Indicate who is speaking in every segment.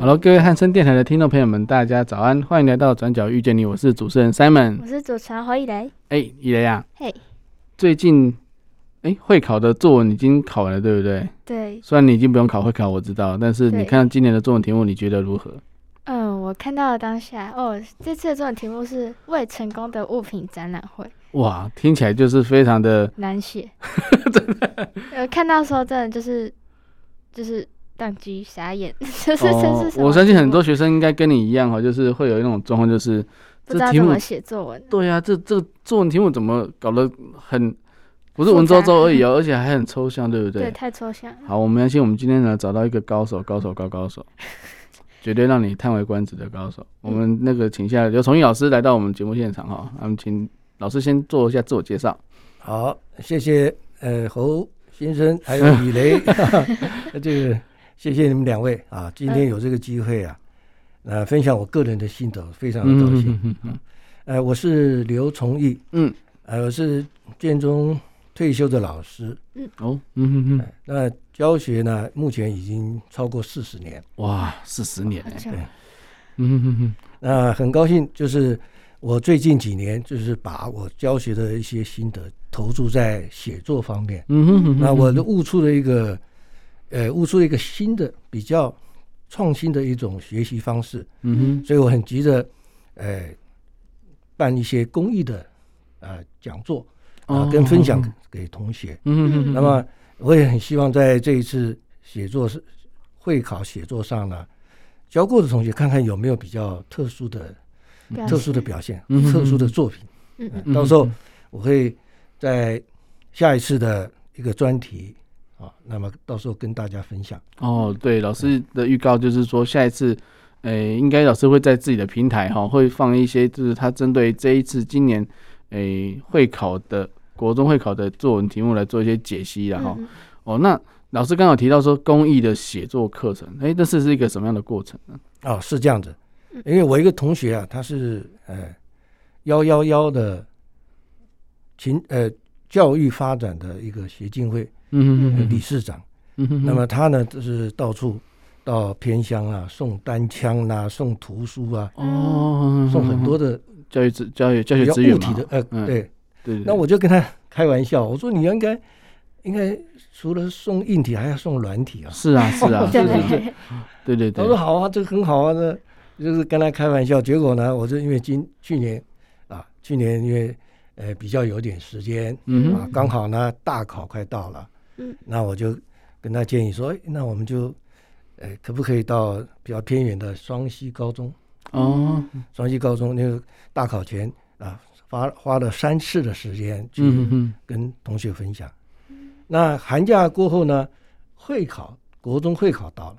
Speaker 1: Hello，各位汉声电台的听众朋友们，大家早安，欢迎来到《转角遇见你》，我是主持人 Simon
Speaker 2: 我。是主持人侯以雷。
Speaker 1: 哎、以雷啊，
Speaker 2: 嘿，
Speaker 1: 最近哎、会考的作文已经考完了，对不对？
Speaker 2: 对，
Speaker 1: 虽然你已经不用考会考，我知道，但是你
Speaker 2: 对
Speaker 1: 看今年的作文题目，你觉得如何？
Speaker 2: 嗯，我看到了当下哦，这次的这种题目是“未成功的物品展览会
Speaker 1: 哇，听起来就是非常的”，
Speaker 2: 难 写。真的，呃，看到的时候真的就是就是宕机傻眼， 就是这是什么
Speaker 1: 哦我相信
Speaker 2: 题
Speaker 1: 很
Speaker 2: 目
Speaker 1: 多学生应该跟你一样哈，就是会有一种状况，就是
Speaker 2: 不知
Speaker 1: 这
Speaker 2: 道
Speaker 1: 题
Speaker 2: 怎
Speaker 1: 目
Speaker 2: 么，写作文，
Speaker 1: 对啊，这这个作文题目怎么搞得很不是
Speaker 2: 复
Speaker 1: 文绉
Speaker 2: 杂
Speaker 1: 绉而已、哦，而且还很抽象，对不
Speaker 2: 对，太抽象了。
Speaker 1: 好，我们相信我们今天呢找到一个高手，高手高高手，绝对让你叹为观止的高手。我们那个请下刘崇义老师来到我们节目现场哈，那么请老师先做一下自我介绍。
Speaker 3: 好，谢谢呃侯先生还有李雷， 这个谢谢你们两位啊，今天有这个机会啊，呃，分享我个人的心得，非常的高兴。
Speaker 1: 嗯嗯
Speaker 3: 呃，我是刘崇义，
Speaker 1: 嗯，
Speaker 3: 呃，我是建中退休的老师，
Speaker 1: 哦，嗯嗯嗯，
Speaker 3: 那教学呢，目前已经超过四十年，
Speaker 1: 哇，四十年
Speaker 2: 好
Speaker 1: 哎，
Speaker 2: 像
Speaker 3: 对
Speaker 1: 嗯嗯嗯
Speaker 3: 那很高兴，就是我最近几年就是把我教学的一些心得投注在写作方面。
Speaker 1: 嗯嗯嗯，
Speaker 3: 那我就悟出了一个，呃，悟出了一个新的比较创新的一种学习方式，
Speaker 1: 嗯
Speaker 3: 所以我很急着，呃，办一些公益的呃讲座
Speaker 1: 哼，哦
Speaker 3: 啊、跟分享，给同学。
Speaker 1: 嗯嗯嗯，
Speaker 3: 那么我也很希望在这一次写作是会考写作上呢，教过的同学看看有没有比较特殊的、
Speaker 2: 表
Speaker 3: 特
Speaker 2: 现
Speaker 3: 殊的表现、
Speaker 1: 嗯
Speaker 3: 特殊的作品。呃
Speaker 2: 嗯嗯，
Speaker 3: 到时候我会在下一次的一个专题啊，那么到时候跟大家分享。
Speaker 1: 哦，对，老师的预告就是说，下一次，诶，应该老师会在自己的平台哈、会放一些就是他针对这一次今年诶会考的国中会考的作文题目来做一些解析然后、
Speaker 2: 嗯嗯
Speaker 1: 哦，那老师刚好提到说公益的写作课程，诶，这是是一个什么样的过程呢？
Speaker 3: 啊，是这样子
Speaker 2: 嗯，
Speaker 3: 因为我一个同学啊，他是呃幺幺幺的勤呃教育发展的一个协进会、呃
Speaker 1: 嗯
Speaker 3: 理事长，
Speaker 1: 嗯嗯
Speaker 3: 那么他呢就是到处到偏乡啊送单枪啦、送图书啊，
Speaker 1: 哦，
Speaker 3: 送很多的
Speaker 1: 教育资教育教
Speaker 3: 比
Speaker 1: 学
Speaker 3: 较
Speaker 1: 资源
Speaker 3: 物
Speaker 1: 嘛
Speaker 3: 体的，呃
Speaker 1: 嗯
Speaker 3: 对，
Speaker 1: 对
Speaker 3: 那我就跟他开玩笑，我说你应该应该除了送硬体，还要送软体啊。
Speaker 1: 是啊是 啊，
Speaker 2: 对
Speaker 1: 是是
Speaker 2: 嗯对
Speaker 1: 对对
Speaker 3: 他
Speaker 1: 对
Speaker 3: 说，好啊，这个很好啊，那就是跟他开玩笑。结果呢，我就因为今去年啊，去年因为呃比较有点时间
Speaker 1: 嗯
Speaker 3: 啊，刚好呢大考快到了，
Speaker 2: 嗯，
Speaker 3: 那我就跟他建议说，哎那我们就呃可不可以到比较偏远的双溪高中？
Speaker 1: 哦，
Speaker 3: 双溪高中那个大考前啊，花花了三次的时间去
Speaker 1: 嗯嗯
Speaker 3: 跟同学分享。那寒假过后呢，会考国中会考到了，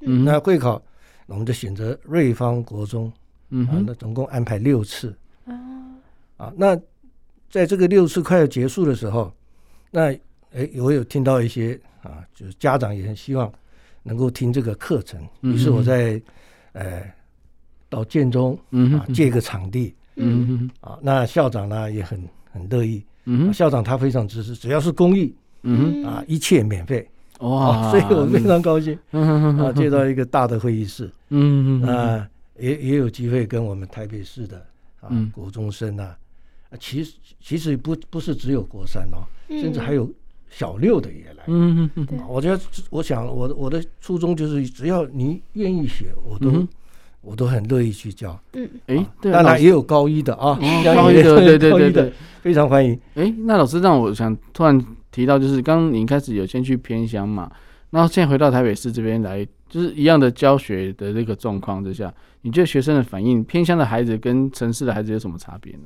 Speaker 1: 嗯，
Speaker 3: 那会考我们就选择瑞芳国中
Speaker 1: 嗯
Speaker 3: 啊，
Speaker 1: 哼
Speaker 3: 那总共安排六次
Speaker 1: 嗯
Speaker 2: 哦
Speaker 3: 啊。那在这个六次快要结束的时候，那哎，我有听到一些啊，就是家长也很希望能够听这个课程，
Speaker 1: 嗯
Speaker 3: 于是我在呃到建中
Speaker 1: 嗯
Speaker 3: 啊
Speaker 1: 哼
Speaker 3: 借个场地
Speaker 1: 嗯哼
Speaker 3: 啊，那校长呢也很很乐意，啊
Speaker 1: 嗯哼
Speaker 3: 校长他非常支持，只要是公益
Speaker 1: 嗯哼。
Speaker 3: 啊，一切免费。
Speaker 1: 哇，
Speaker 3: 啊，所以我非常高兴
Speaker 1: 嗯
Speaker 3: 啊，借到一个大的会议室，
Speaker 1: 嗯嗯
Speaker 3: 啊，也也有机会跟我们台北市的啊
Speaker 1: 嗯
Speaker 3: 国中生啊，啊其实其实不不是只有国三哦，
Speaker 2: 嗯
Speaker 3: 甚至还有小六的也来。啊
Speaker 1: 嗯嗯
Speaker 2: 对
Speaker 3: 我觉得，我想我的我的初衷就是，只要你愿意学，我
Speaker 1: 嗯
Speaker 3: 都
Speaker 1: 哼
Speaker 3: 我都很乐意去教。
Speaker 2: 嗯
Speaker 1: 哎，对，
Speaker 3: 当
Speaker 1: 老
Speaker 3: 然
Speaker 1: 师
Speaker 3: 也有高一的啊，
Speaker 1: 哦
Speaker 3: 像
Speaker 1: 高一
Speaker 3: 也
Speaker 1: 的
Speaker 3: 有
Speaker 1: 对对
Speaker 3: 高一
Speaker 1: 对
Speaker 3: 的
Speaker 1: 对，
Speaker 3: 非常欢迎。
Speaker 1: 哎，那老师让我想突然提到，就是刚刚你一开始有先去偏乡嘛，然后现在回到台北市这边来，就是一样的教学的这个状况之下，你觉得学生的反应，偏乡的孩子跟城市的孩子有什么差别呢？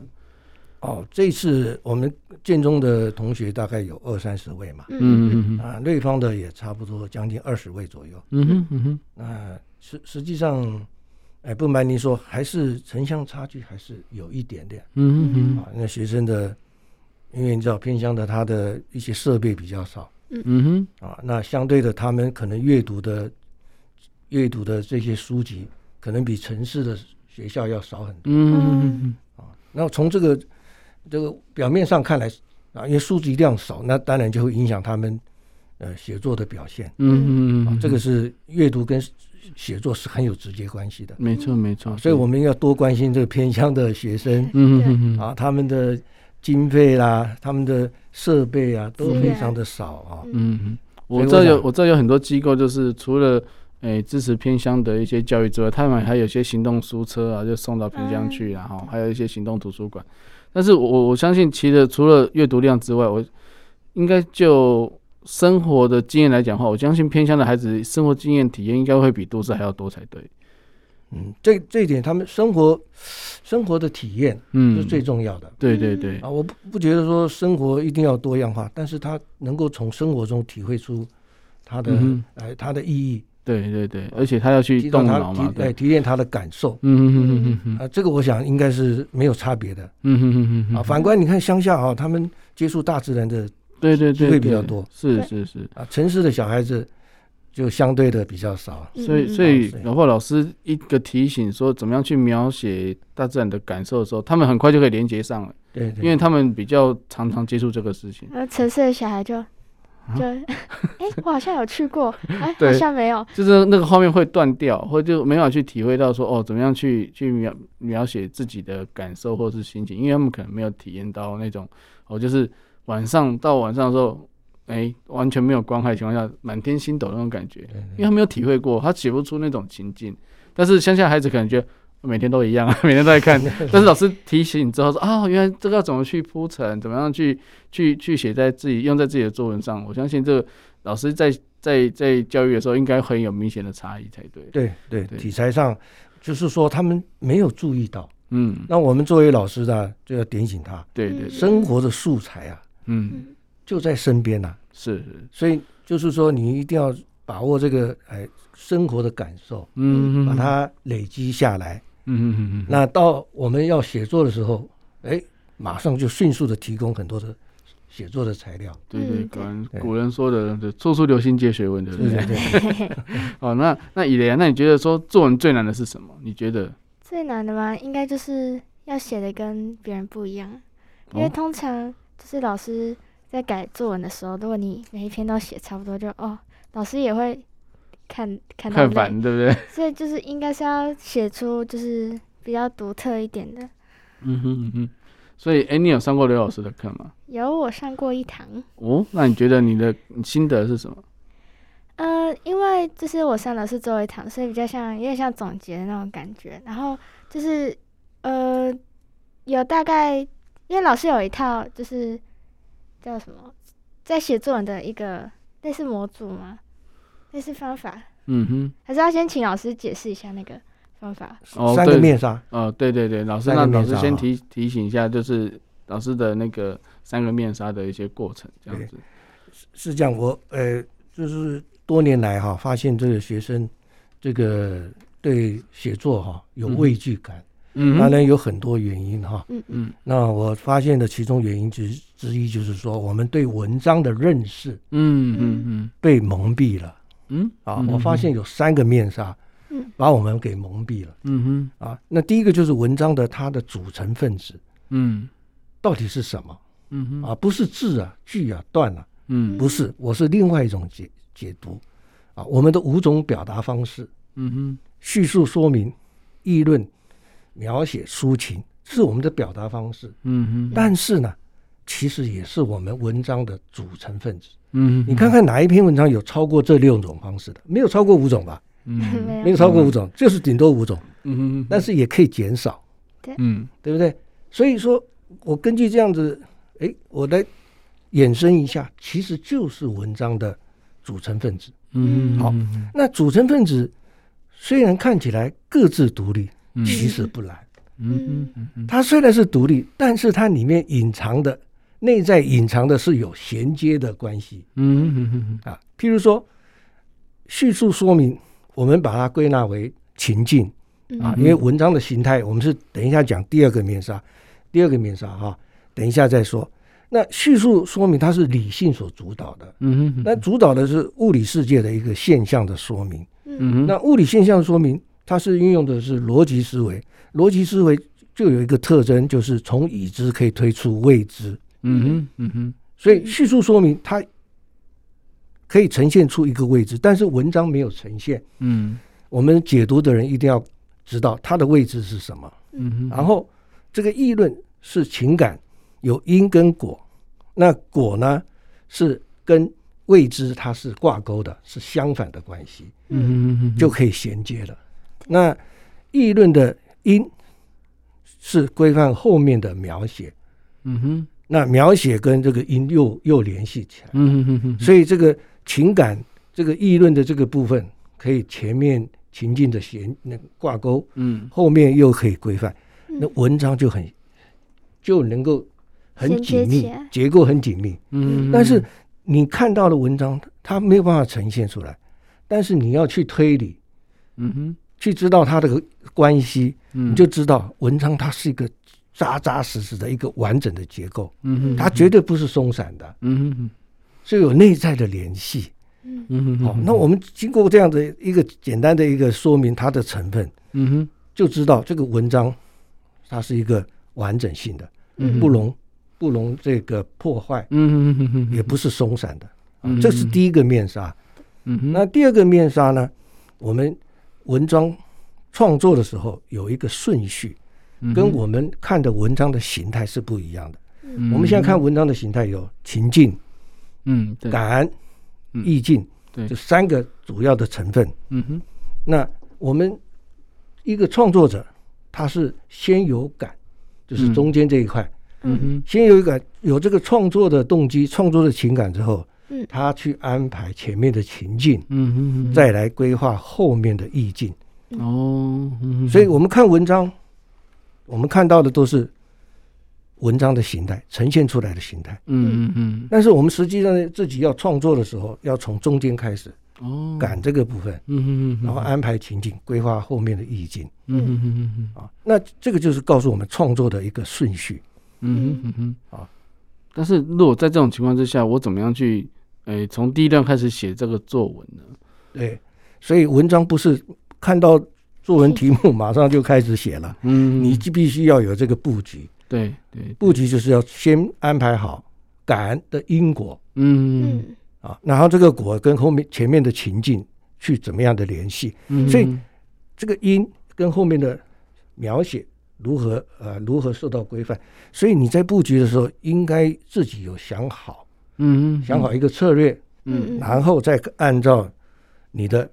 Speaker 3: 哦，这次我们建中的同学大概有二三十位嘛，
Speaker 2: 嗯嗯
Speaker 1: 嗯嗯
Speaker 3: 啊，瑞芳的也差不多将近二十位左右。
Speaker 1: 嗯嗯嗯
Speaker 3: 那实实际上，哎，不瞒您说，还是城乡差距还是有一点点
Speaker 1: 嗯嗯
Speaker 3: 啊。那学生的，因为你知道偏乡的，他的一些设备比较少
Speaker 1: 嗯哼，
Speaker 3: 啊，那相对的，他们可能阅读的阅读的这些书籍，可能比城市的学校要少很多。
Speaker 1: 嗯
Speaker 3: 那从这个这个表面上看来啊，因为书籍量少，那当然就会影响他们呃写作的表现。
Speaker 1: 嗯
Speaker 3: 啊
Speaker 1: 嗯，
Speaker 3: 这个是阅读跟写作是很有直接关系的，
Speaker 1: 没错没错，
Speaker 3: 所以我们要多关心这个偏乡的学生
Speaker 1: 嗯嗯嗯
Speaker 3: 啊，他们的经费啦、他们的设备啊都非常的少啊。
Speaker 1: 嗯，我这有我这有很多机构，就是除了诶支持偏乡的一些教育之外，他们还有一些行动书车啊，就送到偏乡去，然后还有一些行动图书馆。但是我我相信，其实除了阅读量之外，我应该就生活的经验来讲的话，我相信偏乡的孩子生活经验体验应该会比都市还要多才对。
Speaker 3: 嗯，这这一点他们生活生活的体验
Speaker 1: 嗯，
Speaker 3: 是最重要的。
Speaker 1: 对对对，
Speaker 3: 啊，我不不觉得说生活一定要多样化，但是他能够从生活中体会出它的、
Speaker 1: 嗯
Speaker 3: 哎它的意义，
Speaker 1: 对对对，而且他要去
Speaker 3: 提到
Speaker 1: 动
Speaker 3: 他
Speaker 1: 脑
Speaker 3: 提
Speaker 1: 嘛，
Speaker 3: 哎
Speaker 1: 对，
Speaker 3: 提炼他的感受
Speaker 1: 嗯嗯嗯嗯
Speaker 3: 啊，这个我想应该是没有差别的
Speaker 1: 嗯嗯嗯
Speaker 3: 啊。反观你看乡下啊，他们接触大自然的
Speaker 1: 对对对，
Speaker 3: 机会比较多，
Speaker 1: 是是是，
Speaker 3: 啊，城市的小孩子就相对的比较少。
Speaker 1: 所以
Speaker 2: 嗯
Speaker 1: 所以
Speaker 3: 嗯嗯
Speaker 1: 老破老师一个提醒说，怎么样去描写大自然的感受的时候，他们很快就可以连接上了，
Speaker 3: 对对，
Speaker 1: 因为他们比较常常接触这个事情。
Speaker 2: 嗯然后城市的小孩就就， 哎、我好像有去 过，哎、好
Speaker 1: 啊对
Speaker 2: 像没有，
Speaker 1: 就是那个画面会断掉，或者就没法去体会到说哦，怎么样去去描描写自己的感受或是心情，因为他们可能没有体验到那种哦，就是晚上到晚上的时候，哎、完全没有光害的情况下，满天星斗那种感觉，因为他没有体会过，他写不出那种情境。但是乡下孩子可能觉得哦每天都一样， 每天都在看，但是老师提醒之后说啊、原来这个要怎么去铺陈，怎么样去去去写在自己用在自己的作文上，我相信这个老师在在在教育的时候应该很有明显的差异才对。
Speaker 3: 对对
Speaker 1: 对
Speaker 3: 题材上，就是说他们没有注意到。
Speaker 1: 嗯，
Speaker 3: 那我们作为老师呢，就要点醒他，
Speaker 1: 对对，对
Speaker 3: 生活的素材啊
Speaker 1: 嗯
Speaker 3: 就在身边呐、
Speaker 1: 是，是
Speaker 3: 所以就是说，你一定要把握这个哎生活的感受，
Speaker 1: 嗯，
Speaker 3: 把它累积下来。
Speaker 1: 嗯，嗯嗯嗯，
Speaker 3: 那到我们要写作的时候，哎，马上就迅速的提供很多的写作的材料。
Speaker 1: 对对，
Speaker 2: 嗯
Speaker 1: 古人
Speaker 3: 对
Speaker 1: 古人说的对处处留心皆学问，对不
Speaker 3: 对对
Speaker 1: 对？
Speaker 3: 对，
Speaker 1: 哦，那那以雷啊，那你觉得说作文最难的是什么？你觉得？
Speaker 2: 最难的嘛，应该就是要写的跟别人不一样，因为
Speaker 1: 哦，
Speaker 2: 通常就是老师在改作文的时候，如果你每一篇都写差不多就，哦，老师也会看看到
Speaker 1: 看
Speaker 2: 累
Speaker 1: 烦，对不对？
Speaker 2: 所以就是应该是要写出就是比较独特一点的。
Speaker 1: 嗯哼嗯哼。 所以，哎，你有上过刘老师的课吗？
Speaker 2: 有我上过一堂，
Speaker 1: 哦，那你觉得你的你心得是什么？
Speaker 2: 嗯，因为就是我上的是最后一堂，所以比较像有点像总结的那种感觉。然后就是呃，有大概因为老师有一套就是叫什么，在写作文的一个类似模组嘛，类似方法，
Speaker 1: 嗯哼，
Speaker 2: 还是要先请老师解释一下那个方法。
Speaker 1: 哦，
Speaker 3: 三
Speaker 1: 对
Speaker 3: 个面纱，
Speaker 1: 哦，对对对，老师
Speaker 3: 三
Speaker 1: 那
Speaker 3: 个
Speaker 1: 老
Speaker 3: 面
Speaker 1: 师
Speaker 3: 纱
Speaker 1: 先
Speaker 3: 啊
Speaker 1: 提提醒一下，就是老师的那个三个面纱的一些过程，这样
Speaker 3: 对
Speaker 1: 子。
Speaker 3: 是这样，我呃，就是多年来哈、发现这个学生这个对写作哈、有畏惧感，
Speaker 1: 嗯
Speaker 3: 当
Speaker 1: 哼，
Speaker 3: 然有很多原因哈、
Speaker 2: 嗯嗯
Speaker 1: 嗯
Speaker 3: 那我发现的其中原因之之一就是说，我们对文章的认识
Speaker 1: 嗯嗯嗯
Speaker 3: 被蒙蔽了
Speaker 1: 嗯
Speaker 3: 啊。
Speaker 1: 嗯
Speaker 3: 我发现有三个面纱
Speaker 2: 嗯，
Speaker 3: 把我们给蒙蔽了
Speaker 1: 嗯哼
Speaker 3: 啊。那第一个就是文章的它的组成分子
Speaker 1: 嗯
Speaker 3: 到底是什么
Speaker 1: 嗯哼
Speaker 3: 啊？不是字啊、句啊、段啊，
Speaker 1: 嗯
Speaker 3: 不是，我是另外一种解解读啊。我们的五种表达方式：
Speaker 1: 嗯哼
Speaker 3: 叙述、说明、议论、描写、抒情，是我们的表达方式。
Speaker 1: 嗯哼，
Speaker 3: 但是呢，其实也是我们文章的组成分子。
Speaker 1: 嗯哼
Speaker 3: 你看，看哪一篇文章有超过这六种方式的？没有超过五种吧？
Speaker 1: 嗯哼
Speaker 2: 没
Speaker 3: 没有
Speaker 2: 有，
Speaker 3: 超过五种，就是顶多五种，
Speaker 1: 嗯哼，
Speaker 3: 但是也可以减少，
Speaker 1: 嗯
Speaker 3: 对不对？所以说我根据这样子，哎，我来衍生一下，其实就是文章的组成分子。
Speaker 1: 嗯
Speaker 3: 好
Speaker 1: 嗯
Speaker 3: 那组成分子虽然看起来各自独立，
Speaker 1: 嗯
Speaker 3: 其实不然。
Speaker 1: 嗯哼嗯
Speaker 3: 它虽然是独立，但是它里面隐藏的内在隐藏的是有衔接的关系
Speaker 1: 嗯哼嗯
Speaker 3: 啊。譬如说，叙述说明，我们把它归纳为情境、
Speaker 2: 嗯，
Speaker 3: 啊因为文章的形态，我们是等一下讲第二个面纱，第二个面纱哈、等一下再说。那叙述说明它是理性所主导的，
Speaker 1: 嗯哼，
Speaker 3: 那主导的是物理世界的一个现象的说明。
Speaker 1: 嗯
Speaker 2: 嗯
Speaker 1: 哼，
Speaker 3: 那物理现象说明，它是运用的是逻辑思维，逻辑思维就有一个特征，就是从已知可以推出未知，
Speaker 1: 嗯哼，嗯哼，
Speaker 3: 所以叙述说明它可以呈现出一个位置，但是文章没有呈现。
Speaker 1: 嗯
Speaker 3: 我们解读的人一定要知道它的位置是什么。
Speaker 1: 嗯哼，
Speaker 3: 然后这个议论是情感，有因跟果，那果呢是跟未知它是挂钩的，是相反的关系，
Speaker 1: 嗯哼嗯哼，
Speaker 3: 就可以衔接了。那议论的因是规范后面的描写，
Speaker 1: 嗯哼，
Speaker 3: 那描写跟这个因又又联系起来。
Speaker 1: 嗯哼嗯哼，
Speaker 3: 所以这个情感、这个议论的这个部分，可以前面情境的衔那个挂钩，
Speaker 1: 嗯
Speaker 3: 后面又可以规范，
Speaker 2: 嗯
Speaker 3: 那文章就很就能够很
Speaker 2: 衔接
Speaker 3: 紧
Speaker 2: 起
Speaker 3: 密
Speaker 2: 来，
Speaker 3: 结构很紧密。
Speaker 1: 嗯，
Speaker 3: 但是你看到的文章，它没有办法呈现出来，但是你要去推理，
Speaker 1: 嗯哼，
Speaker 3: 去知道它的关系，
Speaker 1: 嗯
Speaker 3: 你就知道文章它是一个扎扎实实的一个完整的结构，
Speaker 1: 嗯哼，
Speaker 3: 它绝对不是松散的，
Speaker 1: 嗯哼
Speaker 3: 是有内在的联系。
Speaker 2: 嗯
Speaker 1: 嗯哼，
Speaker 3: 好，那我们经过这样的一个简单的一个说明，它的成分
Speaker 1: 嗯哼
Speaker 3: 就知道这个文章它是一个完整性的，
Speaker 1: 嗯
Speaker 3: 不容不容这个破坏，
Speaker 1: 嗯哼嗯哼，
Speaker 3: 也不是松散的。
Speaker 1: 嗯
Speaker 3: 这是第一个面纱。
Speaker 1: 嗯哼
Speaker 3: 那第二个面纱呢？我们文章创作的时候有一个顺序，
Speaker 1: 嗯
Speaker 3: 跟我们看的文章的形态是不一样的。我们现在看文章的形态有情境、
Speaker 1: 嗯对
Speaker 3: 感、
Speaker 1: 嗯
Speaker 3: 意境
Speaker 1: 对
Speaker 3: 这三个主要的成分。
Speaker 1: 嗯哼
Speaker 3: 那我们一个创作者，他是先有感，就是中间这一块，
Speaker 1: 嗯哼
Speaker 3: 先有一个有这个创作的动机、创作的情感之后，
Speaker 2: 嗯
Speaker 3: 他去安排前面的情境，
Speaker 1: 嗯哼
Speaker 3: 再来规划后面的意境。
Speaker 1: 哦，
Speaker 3: 嗯所以我们看文章，我们看到的都是文章的形态呈现出来的形态，
Speaker 1: 嗯嗯
Speaker 3: 但是我们实际上自己要创作的时候，要从中间开始
Speaker 1: 嗯哦
Speaker 3: 感这个部分，
Speaker 1: 嗯哼
Speaker 3: 然后啊安排情境，规划后面的意境。
Speaker 1: 嗯哼嗯
Speaker 3: 啊，那这个就是告诉我们创作的一个顺序。
Speaker 1: 嗯哼嗯哼啊，但是如果在这种情况之下，我怎么样去诶从第一段开始写这个作文呢？
Speaker 3: 对，所以文章不是看到作文题 目马上就开始写了，
Speaker 1: 嗯，
Speaker 3: 你必须要有这个布局。
Speaker 1: 对对
Speaker 3: 布局就是要先安排好感的因果
Speaker 1: 嗯
Speaker 2: 嗯
Speaker 3: 啊，然后这个果跟后面前面的情境去怎么样的联系，
Speaker 1: 嗯，
Speaker 3: 这个因跟后面的描写。如何呃如何受到规范？所以你在布局的时候，应该自己有想好，
Speaker 1: 嗯
Speaker 3: 想好一个策略，
Speaker 1: 嗯
Speaker 2: 嗯
Speaker 3: 然后再按照你的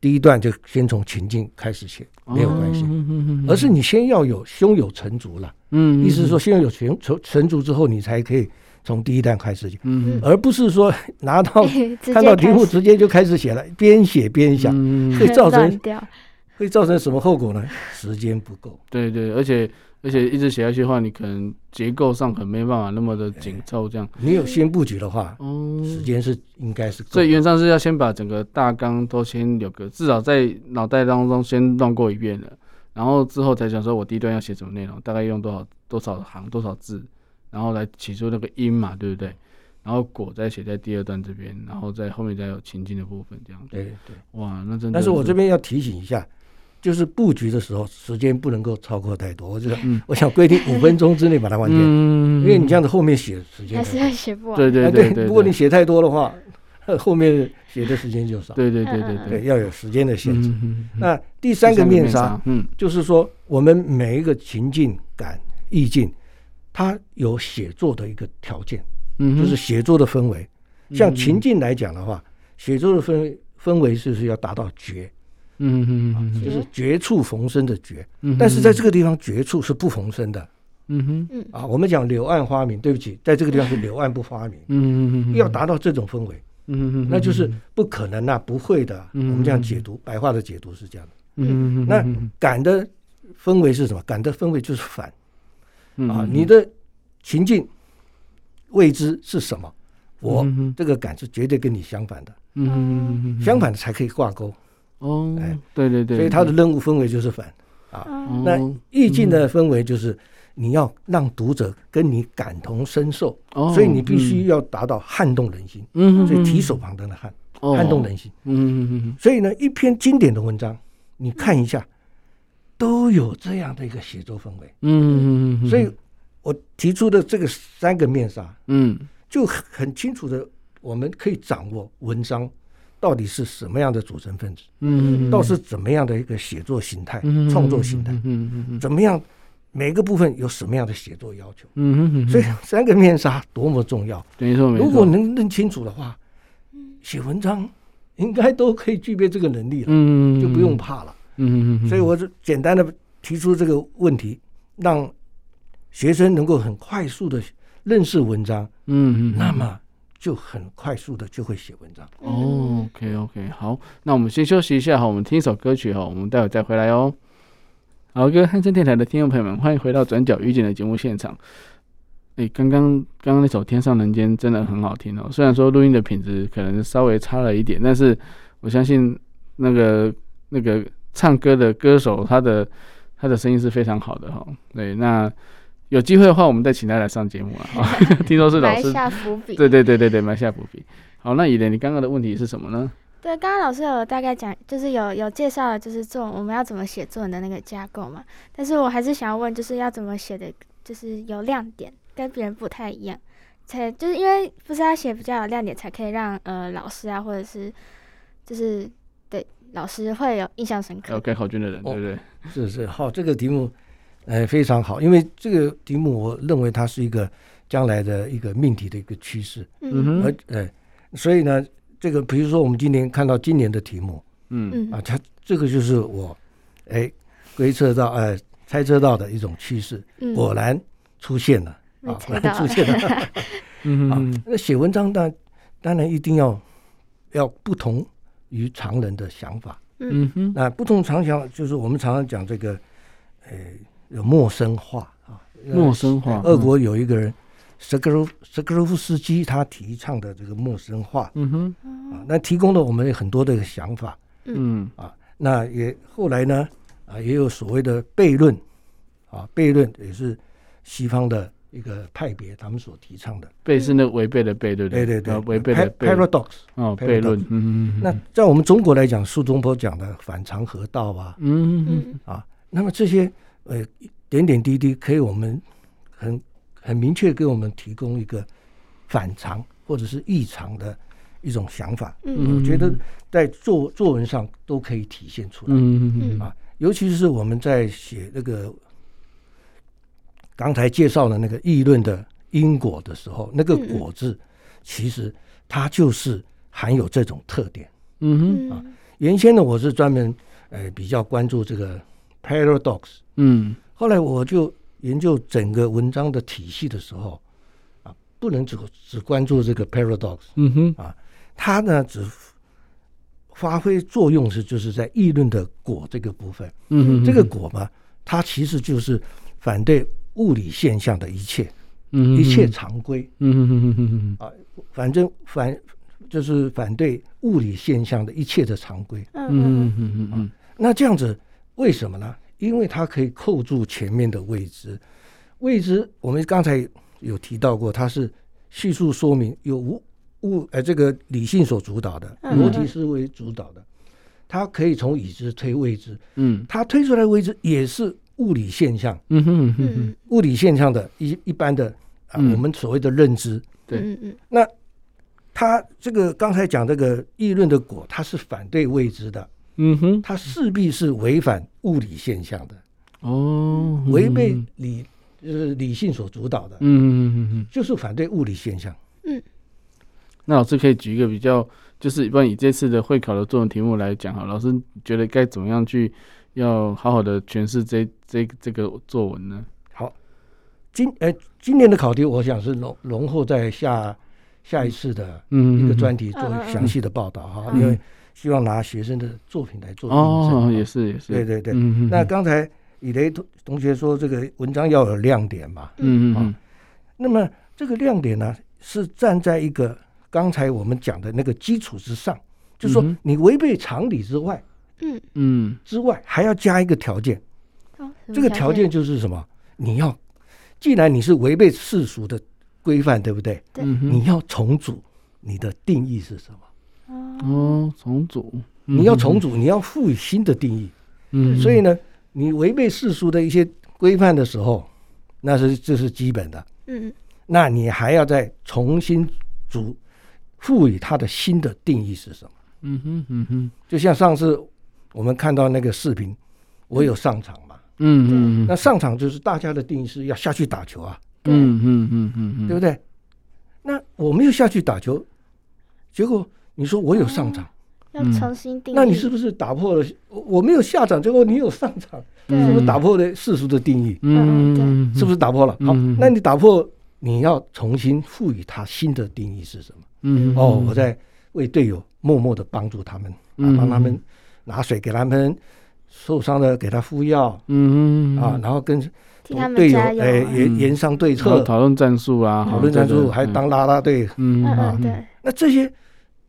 Speaker 3: 第一段就先从情境开始写，没有关系，
Speaker 1: 哦
Speaker 2: 哦
Speaker 1: 嗯
Speaker 3: 而是你先要有胸有成竹了，
Speaker 1: 嗯
Speaker 3: 意思是说先要有成成成竹之后，你才可以从第一段开始写，
Speaker 1: 嗯
Speaker 3: 而不是说拿到
Speaker 2: 直
Speaker 3: 看
Speaker 2: 接
Speaker 3: 到题
Speaker 2: 开
Speaker 3: 目
Speaker 2: 始
Speaker 3: 直接就开始写了，边写边想，
Speaker 1: 嗯
Speaker 3: 会造成
Speaker 2: 乱掉，
Speaker 3: 会造成什么后果呢？时间不够，
Speaker 1: 对对，而且而且一直写下去的话，你可能结构上可能没办法那么的紧凑，这样
Speaker 3: 你有先布局的话，
Speaker 1: 哦。
Speaker 3: 时间是应该是够
Speaker 1: 所以。原上是要先把整个大纲都先有个，至少在脑袋当中先乱过一遍了，然后之后才想说我第一段要写什么内容，大概用多少多少行多少字，然后来起出那个音嘛，对不对？然后果再写在第二段这边，然后在后面再有情境的部分，这样。
Speaker 3: 对对，
Speaker 1: 哇，那真的。
Speaker 3: 但是我这，边要提醒一下，就是布局的时候时间不能够超过太多，我这个
Speaker 1: 嗯
Speaker 3: 我想规定五分钟之内把它完结，
Speaker 1: 嗯，
Speaker 3: 因为你这样子后面写的时间啊
Speaker 2: 还
Speaker 3: 很
Speaker 2: 是会学不完。
Speaker 1: 对对
Speaker 3: 啊
Speaker 1: 对对，
Speaker 3: 如果你写太多的话， 后面写的时间就少。
Speaker 1: 对对对对
Speaker 3: 对，要有时间的限
Speaker 1: 嗯
Speaker 3: 制。
Speaker 1: 嗯嗯
Speaker 3: 那第三个面纱，
Speaker 1: 嗯
Speaker 3: 就是说我们每一个情境感、意境，它有写作的一个条件，
Speaker 1: 嗯哼，
Speaker 3: 就是写作的氛围。
Speaker 1: 嗯
Speaker 3: 像情境来讲的话，写作的氛围氛围就是要达到绝，
Speaker 1: 嗯嗯嗯嗯
Speaker 3: 就是绝处逢生的绝。
Speaker 1: 嗯，
Speaker 3: 但是在这个地方，绝处是不逢生的
Speaker 1: 嗯哼
Speaker 2: 嗯
Speaker 3: 啊。我们讲柳暗花明，对不起，在这个地方是柳暗不花明，
Speaker 1: 嗯嗯嗯，
Speaker 3: 要达到这种氛围。
Speaker 1: 嗯嗯，
Speaker 3: 那就是不可能呐、不会的。
Speaker 1: 嗯
Speaker 3: 我们这样解读，白话的解读是这样的。
Speaker 1: 嗯
Speaker 3: 那感的氛围是什么？感的氛围就是反
Speaker 1: 那
Speaker 3: 啊，你的情境未知是什么？我
Speaker 1: 嗯
Speaker 3: 这个感是绝对跟你相反的，
Speaker 1: 嗯
Speaker 3: 相反的才可以挂钩。
Speaker 1: 哦，对对对，
Speaker 3: 所以他的任务氛围就是反。啊。
Speaker 2: 嗯
Speaker 3: 那
Speaker 1: 哦
Speaker 3: 意境的氛围就是你要让读者跟你感同身受，
Speaker 1: 哦
Speaker 3: 所以你必须要达到撼动人心，
Speaker 1: 嗯，
Speaker 3: 所以提手旁灯的撼，撼动人心。
Speaker 1: 嗯，嗯嗯
Speaker 3: 所以呢，一篇经典的文章，你看一下，都有这样的一个写作氛围。
Speaker 1: 嗯嗯嗯嗯嗯嗯嗯嗯，
Speaker 3: 所以我提出的这个三个面纱，
Speaker 1: 嗯
Speaker 3: 就很清楚的，我们可以掌握文章到底是什么样的组成分子，
Speaker 1: 嗯，
Speaker 3: 到是怎么样的一个写作形态、创作形态，
Speaker 1: 嗯嗯嗯
Speaker 3: 怎么样每个部分有什么样的写作要求。
Speaker 1: 嗯嗯，
Speaker 3: 所以三个面纱多么重要！
Speaker 1: 没错没错，
Speaker 3: 如果能认清楚的话，写文章应该都可以具备这个能力了，
Speaker 1: 嗯
Speaker 3: 就不用，怕了。
Speaker 1: 嗯嗯嗯，
Speaker 3: 所以我就简单的提出这个问题，让学生能够很快速的认识文章，
Speaker 1: 嗯嗯，
Speaker 3: 那么就很快速的就会写文章。
Speaker 2: 嗯
Speaker 1: 哦，OK OK，好，那我们先休息一下哈，我们听一首歌曲哈，我们待会再回来哦。好，各位汉声电台的听众朋友们，欢迎回到《转角遇见》的节目现场。哎、刚刚刚刚那首《天上人间》真的很好听哦，虽然说录音的品质可能稍微差了一点，但是我相信那个那个唱歌的歌手他的他的声音是非常好的哈、对，那有机会的话，我们再请他来上节目啊。 哈听说是老
Speaker 2: 埋
Speaker 1: 师
Speaker 2: 下伏笔。
Speaker 1: 对对对对对，埋下伏笔。好，那以莲，你刚刚的问题是什么呢？
Speaker 2: 对，刚刚老师有大概讲，就是有有介绍了，就是作文我们要怎么写作文的那个架构嘛。但是我还是想要问，就是要怎么写的，就是有亮点，跟别人不太一样，才就是因为不是要写比较有亮点，才可以让呃老师啊，或者是就是对老师会有印象深
Speaker 1: 还有
Speaker 2: 刻。
Speaker 1: 盖考卷的人，对
Speaker 3: 哦
Speaker 1: 不对？
Speaker 3: 是是，好，这个题目，呃，非常好，因为这个题目我认为它是一个将来的一个命题的一个趋势，
Speaker 1: 嗯哼
Speaker 3: 而呃，所以呢，这个比如说我们今年看到今年的题目
Speaker 1: 嗯
Speaker 2: 嗯
Speaker 3: 啊，它这个就是我，哎，推测到，哎、猜测到的一种趋势，
Speaker 2: 嗯，
Speaker 3: 果然出现了。
Speaker 2: 没
Speaker 3: 啊，果
Speaker 2: 猜
Speaker 3: 然
Speaker 2: 到
Speaker 3: 出现了
Speaker 1: 嗯
Speaker 3: 啊
Speaker 1: 嗯！
Speaker 3: 那写文章当当然一定要要不同于常人的想法，
Speaker 1: 嗯哼，
Speaker 3: 那不同常想就是我们常常讲这个，呃，有陌生化啊。
Speaker 1: 陌生化，嗯
Speaker 3: 俄国有一个人，舍格罗舍格罗夫斯基，他提倡的这个陌生化
Speaker 1: 嗯哼，
Speaker 3: 啊，那提供了我们很多的想法
Speaker 1: 嗯
Speaker 3: 啊。那也后来呢啊，也有所谓的悖论啊，悖论也是西方的一个派别，他们所提倡的。
Speaker 1: 背是那个违背的背，对不
Speaker 3: 对
Speaker 1: 对
Speaker 3: 对对
Speaker 1: 啊，违背的
Speaker 3: pa-
Speaker 1: 背，
Speaker 3: paradox。
Speaker 1: 哦，
Speaker 3: paradox
Speaker 1: 悖论，嗯嗯嗯，
Speaker 3: 那在我们中国来讲，苏东坡讲的反常河道啊，
Speaker 1: 嗯嗯
Speaker 2: 嗯
Speaker 3: 啊，那么这些呃点点滴滴，可以我们很很明确给我们提供一个反常或者是异常的一种想法。
Speaker 2: 嗯
Speaker 1: 嗯，
Speaker 3: 我觉得在作作文上都可以体现出来，
Speaker 1: 嗯嗯嗯
Speaker 3: 啊尤其是我们在写那个刚才介绍的那个议论的因果的时候，那个
Speaker 2: 嗯嗯
Speaker 3: 果字其实它就是含有这种特点。
Speaker 1: 嗯哼
Speaker 2: 嗯
Speaker 3: 原先呢，我是专门呃比较关注这个 paradox，
Speaker 1: 嗯
Speaker 3: 后来我就研究整个文章的体系的时候，啊，不能只只关注这个 paradox，
Speaker 1: 嗯哼，
Speaker 3: 它呢只发挥作用是就是在议论的果这个部分。
Speaker 1: 嗯哼，
Speaker 3: 这个果嘛，它其实就是反对物理现象的一切
Speaker 1: 嗯
Speaker 3: 一切，常规，
Speaker 1: 嗯哼嗯哼嗯哼
Speaker 3: 反正反就是反对物理现象的一切的常规。
Speaker 2: 嗯
Speaker 1: 嗯嗯嗯
Speaker 3: 那这样子为什么呢？因为它可以扣住前面的未知，未知我们刚才有提到过，它是叙述说明有物物呃这个理性所主导的，
Speaker 2: 嗯
Speaker 3: 逻辑思维主导的，它可以从已知推未知，
Speaker 1: 嗯
Speaker 3: 它推出来的未知也是物理现象，
Speaker 1: 嗯哼嗯哼，
Speaker 2: 嗯
Speaker 3: 物理现象的一一般的啊、
Speaker 1: 嗯
Speaker 3: 我们所谓的认知，
Speaker 1: 对
Speaker 2: 嗯嗯
Speaker 3: 它这个刚才讲这个议论的果，它是反对未知的，
Speaker 1: 嗯哼，
Speaker 3: 它势必是违反物理现象的。
Speaker 1: 哦，
Speaker 3: 违背理就是理性所主导的，
Speaker 1: 嗯嗯嗯。
Speaker 3: 就是反对物理现象。
Speaker 1: 那老师可以举一个比较，就是一般以这次的会考的作文题目来讲哈，老师觉得该怎么样去要好好的诠释这这这个作文呢？
Speaker 3: 好，今呃今年的考题，我想是浓浓厚在下下一次的
Speaker 1: 嗯，
Speaker 3: 一个专题做
Speaker 2: 嗯嗯嗯
Speaker 3: 详细的报道哈，
Speaker 2: 嗯
Speaker 3: 因为希望拿学生的作品来做印证
Speaker 1: 哦
Speaker 3: 啊，
Speaker 1: 也是也是，
Speaker 3: 对对对。
Speaker 1: 嗯嗯
Speaker 3: 那刚才以雷同同学说，这个文章要有亮点嘛，
Speaker 1: 嗯嗯
Speaker 3: 那么这个亮点呢，是站在一个刚才我们讲的那个基础之上，就说
Speaker 1: 嗯哼
Speaker 3: 你违背常理之外
Speaker 2: 嗯
Speaker 1: 嗯
Speaker 3: 之外，还要加一个条件。
Speaker 2: 哦什么
Speaker 3: 这个条件就是什么？你要，既然你是违背世俗的规范，对不对？
Speaker 2: 对
Speaker 1: 嗯哼
Speaker 3: 你要重组，你的定义是什么？
Speaker 2: 哦，
Speaker 1: 哦，重组，嗯
Speaker 3: 你要重组，你要赋予新的定义。
Speaker 1: 嗯哼，嗯
Speaker 3: 所以呢，你违背世俗的一些规范的时候，那是这是基本的。
Speaker 2: 嗯
Speaker 3: 那你还要再重新组赋予它的新的定义是什么？
Speaker 1: 嗯哼嗯哼
Speaker 3: 就像上次我们看到那个视频，我有上场嘛？
Speaker 1: 嗯哼，
Speaker 3: 那上场就是大家的定义是要下去打球啊，
Speaker 1: 嗯嗯嗯嗯嗯，
Speaker 3: 对不对？那我没有下去打球，结果你说我有上场，
Speaker 2: 要
Speaker 1: 嗯
Speaker 2: 重新哦定义，
Speaker 3: 那你是不是打破了？我我没有下场，结果你有上场，
Speaker 2: 对
Speaker 3: 是不
Speaker 1: 嗯
Speaker 3: 是打破了世俗的定义？
Speaker 1: 嗯，
Speaker 2: 对
Speaker 1: 嗯
Speaker 3: 是不是？打破了？好
Speaker 1: 嗯嗯嗯，
Speaker 3: 那你打破，你要重新赋予它新的定义是什么？
Speaker 1: 嗯，嗯嗯
Speaker 3: 哦，我，在为队友默默的帮助他们，啊，帮他们拿水给他们，受伤的给他敷药
Speaker 1: 嗯嗯嗯
Speaker 3: 啊，
Speaker 1: 嗯
Speaker 3: 然后跟
Speaker 2: 替他们
Speaker 3: 队友
Speaker 2: 加油啊？
Speaker 3: 哎
Speaker 1: 也
Speaker 3: 研研商对
Speaker 1: 然后
Speaker 3: 策，
Speaker 1: 讨论战术啊，
Speaker 3: 讨论战术，还当啦啦队。
Speaker 2: 嗯
Speaker 1: 嗯啊
Speaker 2: 嗯，对，
Speaker 3: 那这些，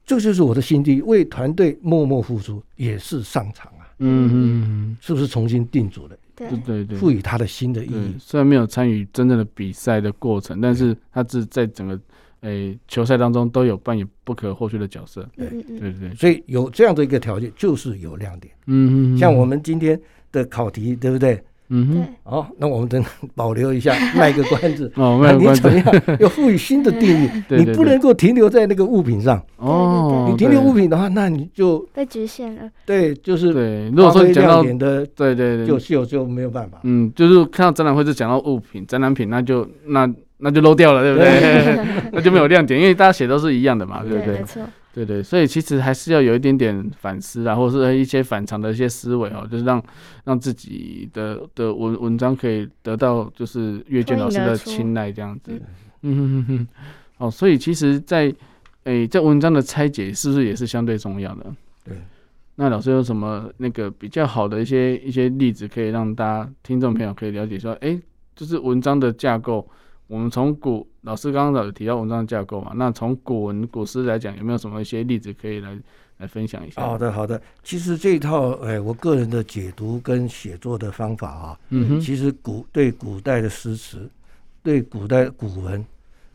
Speaker 3: 这就是我的心地，为团队默默付出，也是上场啊，
Speaker 1: 嗯嗯
Speaker 3: 是不是重新定主了，
Speaker 2: 对
Speaker 1: 嗯，对对
Speaker 3: 赋
Speaker 1: 对。
Speaker 3: 予它的新的意
Speaker 1: 对
Speaker 3: 义，？
Speaker 1: 虽然没有参与真正的比赛的过程，但是他是在整个诶球赛当中都有扮演不可或缺的角色。
Speaker 2: 嗯嗯嗯，
Speaker 1: 对对对，
Speaker 3: 所以有这样的一个条件，就是有亮点。
Speaker 1: 嗯，
Speaker 3: 像我，们今天的考题，对不对？
Speaker 1: 嗯哼，。
Speaker 2: 对，
Speaker 3: 哦，那我们等保留一下，卖个关子
Speaker 1: 哦，
Speaker 3: 啊
Speaker 1: 卖
Speaker 3: 你
Speaker 1: 关子
Speaker 3: 怎么，样？要赋予新的定义，
Speaker 1: 对
Speaker 3: 你
Speaker 1: 对对
Speaker 3: 不能够停留在那个物品上。
Speaker 1: 哦，
Speaker 3: 你
Speaker 1: 对
Speaker 3: 停留物品的话，那你就
Speaker 2: 被局限了，
Speaker 3: 对，就是
Speaker 1: 对，如
Speaker 3: 发
Speaker 1: 果说
Speaker 3: 挥
Speaker 1: 讲
Speaker 3: 亮
Speaker 1: 到，
Speaker 3: 点的
Speaker 1: 对对对，
Speaker 3: 就就就没有办法。
Speaker 1: 嗯，就是看到展览会是讲到物品、展览品，那就那那就 low 掉了，对不 对？ 那就没有亮点，因为大家写都是一样的嘛，对
Speaker 2: 没
Speaker 1: 不对？
Speaker 2: 错，
Speaker 1: 对对，所以其实还是要有一点点反思啊，或者是一些反常的一些思维哦，就是让让自己的的文文章可以得到就是阅卷老师的青睐，这样子。嗯哼哼哼，哦，所以其实在，诶在文章的拆解是不是也是相对重要的？
Speaker 3: 对，
Speaker 1: 那老师有什么那个比较好的一些一些例子，可以让大家听众朋友可以了解说，诶，就是文章的架构，我们从古老师刚刚有提到文章的架构嘛，那从古文古诗来讲，有没有什么一些例子可以来来分享一下？
Speaker 3: 好，的，好的。其实这一套，哎，我个人的解读跟写作的方法啊，
Speaker 1: 嗯哼，
Speaker 3: 其实古对古代的诗词，对古代古文，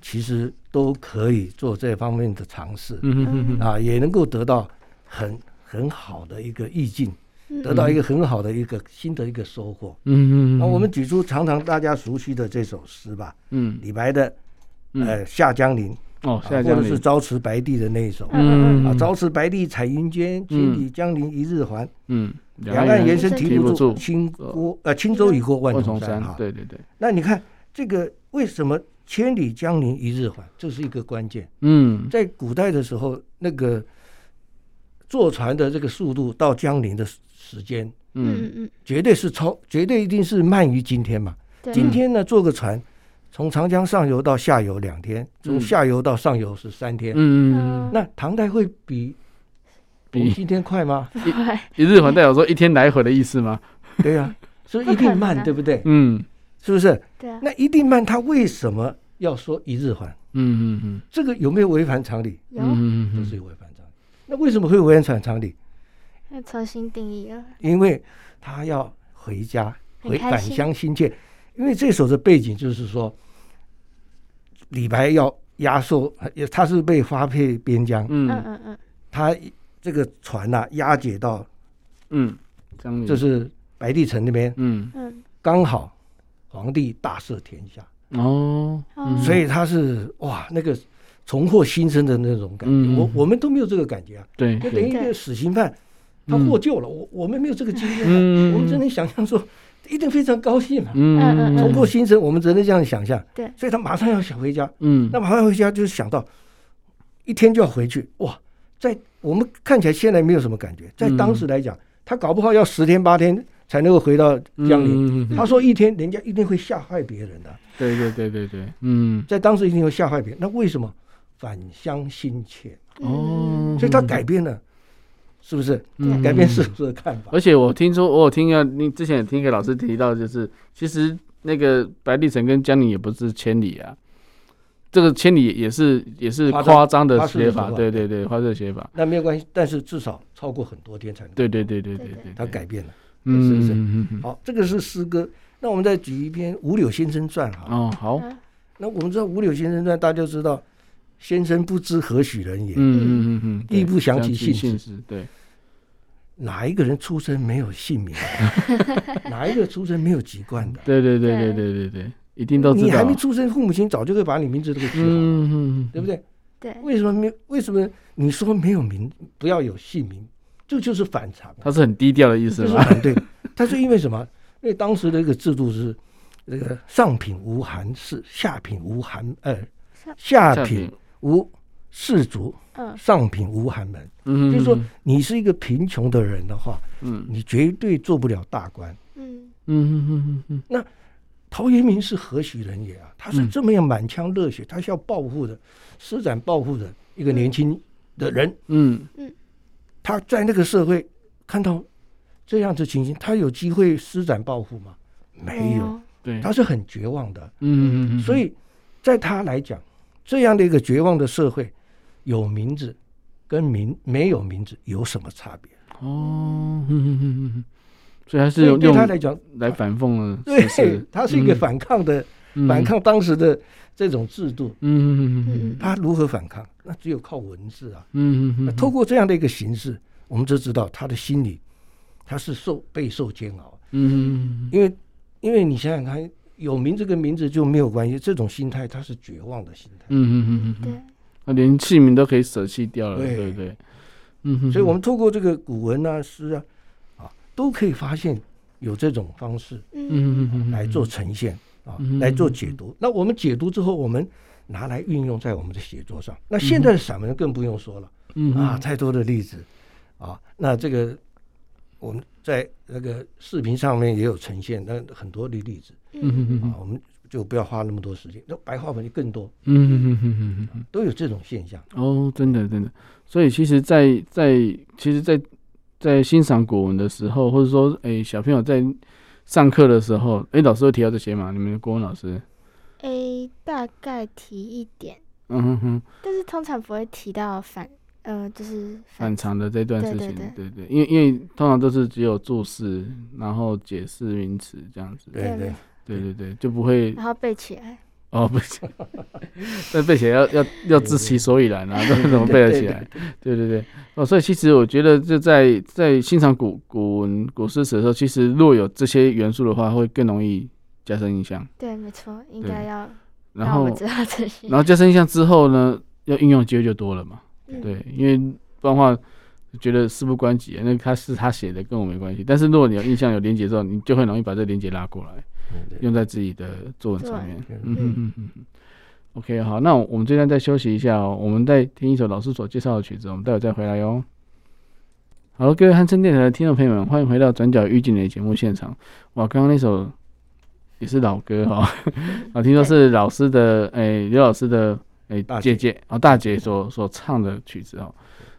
Speaker 3: 其实都可以做这方面的尝试。
Speaker 1: 嗯哼哼哼，
Speaker 3: 啊，也能够得到很很好的一个意境，
Speaker 2: 嗯
Speaker 3: 得到一个很好的一个新的一个收获。
Speaker 1: 嗯哼，
Speaker 3: 啊那我们举出常常大家熟悉的这首诗吧，
Speaker 1: 嗯
Speaker 3: 李白的
Speaker 1: 嗯
Speaker 3: 呃《下江陵》
Speaker 1: 哦，
Speaker 3: 啊，
Speaker 1: 下
Speaker 3: 或
Speaker 1: 一讲
Speaker 3: 者是《朝辞白帝》的那一首
Speaker 1: 嗯
Speaker 3: 啊，“朝辞白帝彩云间，千里江陵一日还。
Speaker 1: 嗯
Speaker 3: 两岸
Speaker 2: 猿
Speaker 3: 猿声啼
Speaker 1: 啼
Speaker 3: 不
Speaker 1: 不
Speaker 3: 住，
Speaker 1: 住
Speaker 3: 轻郭呃轻舟已过万
Speaker 1: 万
Speaker 3: 重
Speaker 1: 重
Speaker 3: 山
Speaker 1: 山
Speaker 3: 啊。”
Speaker 1: 对对对，
Speaker 3: 那你看这个为什么“千里江陵一日还”这是一个关键。
Speaker 1: 嗯
Speaker 3: 在古代的时候，那个坐船的这个速度到江陵的时时间，
Speaker 1: 嗯
Speaker 2: 嗯嗯嗯，
Speaker 3: 绝对是超，绝对一定是慢于今天嘛。
Speaker 2: 对，
Speaker 3: 今天呢，坐个船从长江上游到下游两天，从
Speaker 1: 嗯
Speaker 3: 下游到上游是三天。
Speaker 1: 嗯，
Speaker 3: 那唐代会比我
Speaker 1: 比
Speaker 3: 们今天快吗？
Speaker 2: 对
Speaker 1: 一日还代表说一天来回的意思吗？
Speaker 3: 对呀、所以一定慢，对不对？
Speaker 1: 嗯
Speaker 3: 是不是？
Speaker 2: 对啊，
Speaker 3: 那一定慢，他为什么要说一日还？
Speaker 1: 嗯嗯嗯
Speaker 3: 这个有没有违反常理？
Speaker 1: 嗯
Speaker 2: 有
Speaker 1: 嗯
Speaker 3: 就
Speaker 1: 嗯
Speaker 3: 是有违反常理。那为什么会违反常理？
Speaker 2: 要重新定义了，
Speaker 3: 因为他要回家，
Speaker 2: 很
Speaker 3: 回
Speaker 2: 开
Speaker 3: 返
Speaker 2: 心
Speaker 3: 乡心切。因为这首的背景就是说，李白要押送，也他是被发配边疆，
Speaker 2: 嗯
Speaker 1: 嗯
Speaker 2: 嗯嗯，
Speaker 3: 他这个船呐、押解到
Speaker 1: 嗯，江陵
Speaker 3: 就是白帝城那边，
Speaker 1: 嗯
Speaker 2: 嗯，
Speaker 3: 刚好皇帝大赦天下，
Speaker 1: 哦，
Speaker 3: 所以他是哇那个重获新生的那种感觉。
Speaker 1: 嗯
Speaker 3: 我我们都没有这个感觉啊，
Speaker 1: 对
Speaker 3: 就等于一
Speaker 1: 对，
Speaker 3: 个死刑犯他获救了，我我们没有这个经验啊，
Speaker 1: 嗯
Speaker 3: 我们只能想象说一定非常高兴啊。
Speaker 1: 嗯
Speaker 3: 重获新生，我们只能这样想象。
Speaker 2: 对
Speaker 3: 所以他马上要想回家，
Speaker 1: 嗯
Speaker 3: 那马上回家就是想到一天就要回去，哇，在我们看起来现在没有什么感觉，在当时来讲，他搞不好要十天八天才能够回到
Speaker 1: 嗯
Speaker 3: 江陵。
Speaker 1: 陵
Speaker 3: 他说一天，人家一定会吓坏别人的、啊
Speaker 1: 对对对对对，嗯
Speaker 3: 在当时一定会吓坏别人。那为什么返乡心切？
Speaker 2: 嗯
Speaker 1: 哦，
Speaker 3: 所以他改变了，是不是？改变世俗的看法。
Speaker 1: 嗯而且我听说，我有听啊，你之前也听给老师提到，就是其实那个白帝城跟江陵也不是千里啊，这个千里也是也是
Speaker 3: 夸张
Speaker 1: 夸张的
Speaker 3: 夸饰的
Speaker 1: 写
Speaker 3: 手
Speaker 1: 法，
Speaker 3: 法
Speaker 1: 对对对，夸张的写法，
Speaker 3: 那没有关系，但是至少超过很多天才能。
Speaker 1: 对对对对对对，
Speaker 3: 他改变了，是不
Speaker 1: 嗯
Speaker 3: 是？
Speaker 1: 嗯嗯嗯
Speaker 3: 好，这个是诗歌。那我们再举一篇《五柳先生传》哈。
Speaker 1: 哦，好，
Speaker 2: 嗯
Speaker 3: 那我们知道《五柳先生传》，大家就知道先生不知何许人也。
Speaker 1: 嗯嗯嗯嗯，对
Speaker 3: 亦不详其性
Speaker 1: 性
Speaker 3: 质
Speaker 1: 质，对，
Speaker 3: 哪一个人出生没有姓名？ 哪一个出生没有籍贯的？
Speaker 1: 对对对对
Speaker 2: 对
Speaker 1: 对对对，一定都知道。
Speaker 3: 你还没出生，父母亲早就会把你名字都给取好，
Speaker 1: 嗯嗯，嗯
Speaker 3: 对不？对？
Speaker 2: 对，
Speaker 3: 为什么没？为什么你说没有名，不要有姓名？这就是反常，
Speaker 1: 他是很低调的意
Speaker 3: 这
Speaker 1: 思
Speaker 3: 就是
Speaker 1: 吧？
Speaker 3: 反对。他是因为什么？因为当时的一个制度是，这个上品无寒士，下品无寒呃，下
Speaker 1: 下
Speaker 3: 品，无士族，
Speaker 2: 嗯
Speaker 3: 上品无寒门。
Speaker 1: 嗯，
Speaker 3: 就是说
Speaker 1: 嗯，
Speaker 3: 你是一个贫穷的人的话，
Speaker 1: 嗯
Speaker 3: 你绝对做不了大官。
Speaker 2: 嗯
Speaker 1: 嗯嗯嗯嗯
Speaker 3: 陶渊明是何许人也啊？他是
Speaker 1: 嗯
Speaker 3: 这么样满腔热血，他是要报复的，施展报复的一个年轻的人。
Speaker 1: 嗯
Speaker 3: 他在那个社会看到这样子情形，他有机会施展抱负吗？
Speaker 1: 哎
Speaker 3: 没有，，
Speaker 1: 对，
Speaker 3: 他是很绝望的。
Speaker 1: 嗯嗯嗯，
Speaker 3: 所以，在他来讲，这样的一个绝望的社会，有名字跟名没有名字有什么差别？
Speaker 1: 哦，嗯嗯嗯嗯，所以他是
Speaker 3: 所以
Speaker 1: 用
Speaker 3: 对
Speaker 1: 用
Speaker 3: 他来讲，
Speaker 1: 来反讽了，
Speaker 3: 对
Speaker 1: 是，嗯
Speaker 3: 他是一个反抗的，反，抗当时的这种制度。
Speaker 1: 嗯嗯嗯嗯
Speaker 2: 嗯
Speaker 3: 他如何反抗？那只有靠文字啊。
Speaker 1: 嗯嗯
Speaker 3: 那
Speaker 1: 嗯，
Speaker 3: 透过这样的一个形式，我们就知道他的心理，他是受备受煎熬。
Speaker 1: 嗯
Speaker 3: 因为因为你想想看，有名这个名字就没有关系，这种心态它是绝望的心态
Speaker 1: 嗯，嗯嗯嗯，
Speaker 2: 对，
Speaker 1: 他连姓名都可以舍弃掉了，对对，嗯，
Speaker 3: 所以我们透过这个古文啊、诗啊，啊，都可以发现有这种方式
Speaker 1: 嗯嗯嗯
Speaker 3: 来做呈现啊
Speaker 1: 嗯，
Speaker 3: 来做解读。那我们解读之后，我们拿来运用在我们的写作上。那现在的散文更不用说了
Speaker 1: 嗯
Speaker 3: 啊，，太多的例子啊，那这个我们在那个视频上面也有呈现，那很多的例子
Speaker 1: 嗯嗯
Speaker 3: 啊，我们就不要花那么多时间。那白话文就更多。
Speaker 1: 嗯嗯嗯嗯
Speaker 3: 都有这种现象。
Speaker 1: 哦，真的真的，所以其实在，在其实在，在欣赏古文的时候，或者说，诶小朋友在上课的时候，诶老师会提到这些嘛？你们的国文老师，
Speaker 2: 诶，大概提一点，
Speaker 1: 嗯哼哼，
Speaker 2: 但是通常不会提到反，呃，就是
Speaker 1: 反常的这段事情，
Speaker 2: 对
Speaker 1: 对对，因为因为通常都是只有注释，然后解释名词这样子，
Speaker 3: 对对，
Speaker 1: 对对对，就不会
Speaker 2: 然后背起来，
Speaker 1: 哦， 不行，但背起来要要要知其所以然啊， 那怎么背得起来？对对对，哦，所以其实我觉得就在在欣赏古古文古诗词的时候，其实若有这些元素的话，会更容易加深印象。
Speaker 2: 对，没错，应
Speaker 1: 对
Speaker 2: 该要
Speaker 1: 然
Speaker 2: 让
Speaker 1: 后
Speaker 2: 我知道这些
Speaker 1: 然，后加深印象之后呢，要应用的机会就多了嘛。
Speaker 2: 嗯
Speaker 1: 对，因为不然的话，觉得事不关己，那他是他写的，跟我没关系。但是如果你有印象有连接之后，你就很容易把这连接拉过来，
Speaker 3: 对
Speaker 1: 用在自己的作文上面
Speaker 3: 对。
Speaker 1: 嗯嗯嗯嗯嗯。OK，好，那我们这段再休息一下哦，我们再听一首老师所介绍的曲子，我们待会再回来哟。好了，各位汉声电台的听众朋友们，欢迎回到《转角遇见》的节目现场。哇，刚刚那首也是老歌 哈、啊，听说是老师的，诶、刘老师的，诶、
Speaker 3: 大
Speaker 1: 姐
Speaker 3: 姐
Speaker 1: 姐哦，大姐所所唱的曲子哦。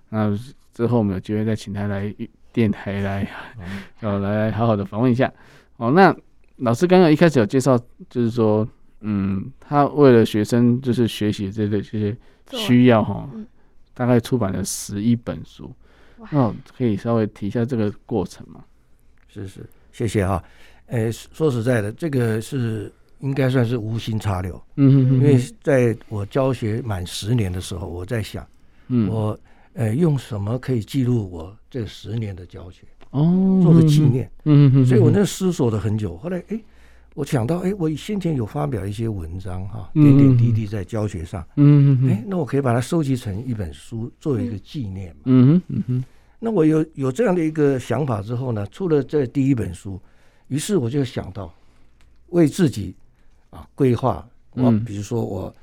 Speaker 1: 那之后我们有机会再请她来电台来，哦，来好好的访问一下。哦，那老师刚刚一开始有介绍，就是说，嗯，他为了学生就是学习这类这些
Speaker 2: 作文
Speaker 1: 需要哈
Speaker 2: 嗯，
Speaker 1: 大概出版了十一本书。
Speaker 2: 哇
Speaker 1: 那我可以稍微提一下这个过程吗？
Speaker 3: 是是，谢谢哈。呃，说实在的，这个是应该算是无心插柳，
Speaker 1: 嗯
Speaker 3: 因为在我教学满十年的时候，我在想，
Speaker 1: 嗯
Speaker 3: 我呃用什么可以记录我这十年的教学，
Speaker 1: 哦
Speaker 3: 做个纪，念。
Speaker 1: 嗯嗯，
Speaker 3: 所以我那思索了很久，后来哎，我想到哎，我先前有发表一些文章哈，
Speaker 1: 嗯
Speaker 3: 点点滴滴在教学上，
Speaker 1: 嗯嗯
Speaker 3: 哎，那我可以把它收集成一本书，作为一个纪念嘛。
Speaker 1: 嗯嗯嗯
Speaker 3: 那我有有这样的一个想法之后呢，出了这第一本书，于是我就想到为自己啊规划，我
Speaker 1: 嗯
Speaker 3: 比如说我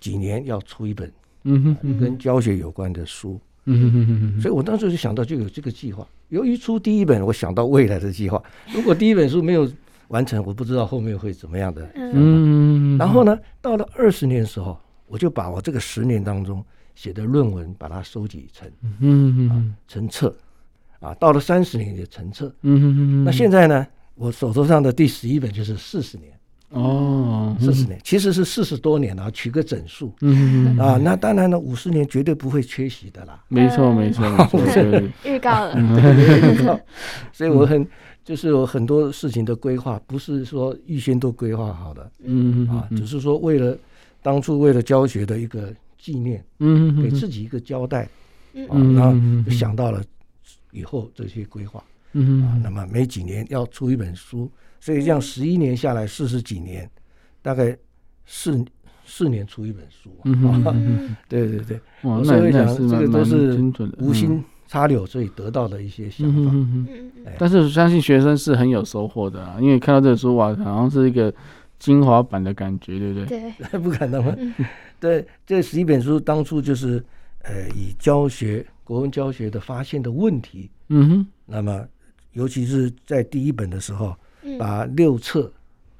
Speaker 3: 几年要出一本
Speaker 1: 嗯嗯
Speaker 3: 跟教学有关的书，
Speaker 1: 嗯
Speaker 3: 所以我当时就想到就有这个计划。由于出第一本，我想到未来的计划。如果第一本书没有完成，我不知道后面会怎么样的。
Speaker 2: 嗯
Speaker 1: 嗯，
Speaker 3: 然后呢，到了二十年的时候，我就把我这个十年当中写的论文把它收集成
Speaker 1: 嗯嗯
Speaker 3: 成册，啊，到了三十年也成册。
Speaker 1: 嗯，
Speaker 3: 那现在呢，我手头上的第十一本就是四十年，
Speaker 1: 哦，
Speaker 3: 四十年其实是四十多年了，取个整数
Speaker 1: 嗯，
Speaker 3: 啊。那当然了，五十年绝对不会缺席的啦。
Speaker 1: 没错没错没错，
Speaker 2: 嗯预告了，
Speaker 3: 所以我很，就是有很多事情的规划，不是说预先都规划好的
Speaker 1: 嗯
Speaker 3: 啊，只是说为了当初为了教学的一个纪念，
Speaker 1: 嗯
Speaker 3: 给自己一个交代，啊，
Speaker 2: 嗯
Speaker 1: 嗯嗯
Speaker 3: 然后
Speaker 1: 嗯
Speaker 3: 就想到了以后这些规划啊，
Speaker 1: 嗯
Speaker 3: 那么每几年要出一本书，所以这样十一年下来四十几年，大概四四年出一本书
Speaker 1: 嗯
Speaker 3: 啊，
Speaker 2: 嗯
Speaker 3: 对对对，
Speaker 1: 哇，
Speaker 3: 我
Speaker 1: 那
Speaker 3: 所以
Speaker 1: 那也
Speaker 3: 讲
Speaker 1: 是
Speaker 3: 这
Speaker 1: 蛮
Speaker 3: 个都
Speaker 1: 蛮
Speaker 3: 是
Speaker 1: 精准的，
Speaker 3: 无
Speaker 1: 嗯
Speaker 3: 心插柳，所以得到的一些想
Speaker 1: 嗯
Speaker 3: 法。
Speaker 1: 嗯嗯
Speaker 2: 嗯嗯
Speaker 3: 哎
Speaker 1: 但是相信学生是很有收获的啊，因为看到这本书哇，好像是一个精华版的感觉，对不对？
Speaker 2: 对，
Speaker 3: 不敢当
Speaker 2: 嗯。
Speaker 3: 对，这十一本书当初就是呃以教学国文教学的发现的问题，
Speaker 1: 嗯哼，
Speaker 3: 那么尤其是在第一本的时候，
Speaker 2: 嗯
Speaker 3: 把六册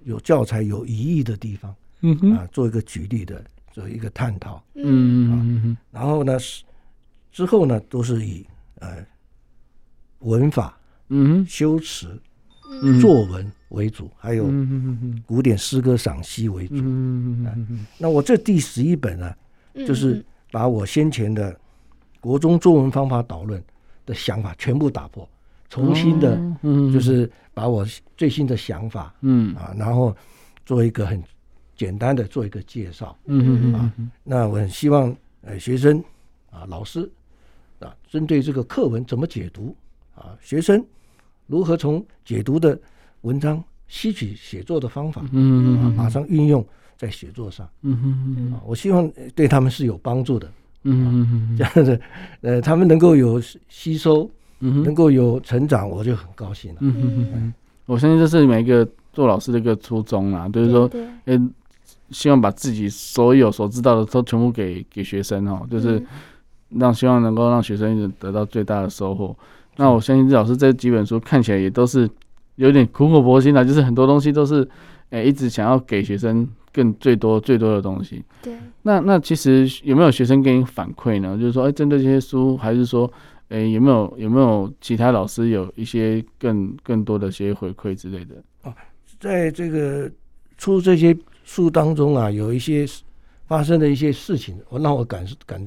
Speaker 3: 有教材有疑义的地方
Speaker 1: 嗯哼，
Speaker 3: 啊做一个举例的做一个探讨，
Speaker 1: 嗯嗯嗯嗯
Speaker 3: 然后呢是之后呢都是以呃文法、
Speaker 1: 嗯
Speaker 3: 修辞、
Speaker 1: 嗯嗯，
Speaker 3: 作文为主，还有
Speaker 1: 嗯嗯嗯
Speaker 3: 古典诗歌赏析为主。
Speaker 1: 嗯嗯
Speaker 3: 那我这第十一本啊呢，
Speaker 2: 嗯
Speaker 3: 就是把我先前的国中作文方法导论的想法全部打破，重新的，
Speaker 1: 嗯
Speaker 3: 就是把我最新的想法
Speaker 1: 嗯
Speaker 3: 啊，然后做一个很简单的做一个介绍。
Speaker 1: 嗯嗯
Speaker 3: 那我很希望呃学生啊老师啊针对这个课文怎么解读啊学生如何从解读的文章吸取写作的方法啊
Speaker 1: 嗯
Speaker 3: 马上运用在写作上
Speaker 1: 嗯
Speaker 3: 啊我希望呃对他们是有帮助的
Speaker 1: 嗯
Speaker 3: 这样子呃他们能够有吸吸收
Speaker 1: 嗯
Speaker 3: 能够有成长我就很高兴了
Speaker 1: 嗯嗯嗯，我相信这是每一个做老师的一个初衷啦，就是说，
Speaker 2: 对对
Speaker 1: 呃，希望把自己所有所知道的都全部给给学生哦，就是
Speaker 2: 嗯
Speaker 1: 让希望能够让学生得到最大的收获。那我相信老师这几本书看起来也都是有点苦口婆心的，就是很多东西都是，诶、一直想要给学生更最多最多的东西。
Speaker 2: 对，
Speaker 1: 那那其实有没有学生给你反馈呢？就是说，哎、针对这些书，还是说，哎、有没有有没有其他老师有一些更更多的一些回馈之类的？
Speaker 3: 在这个出这些书当中啊有一些发生的一些事情我让我感受感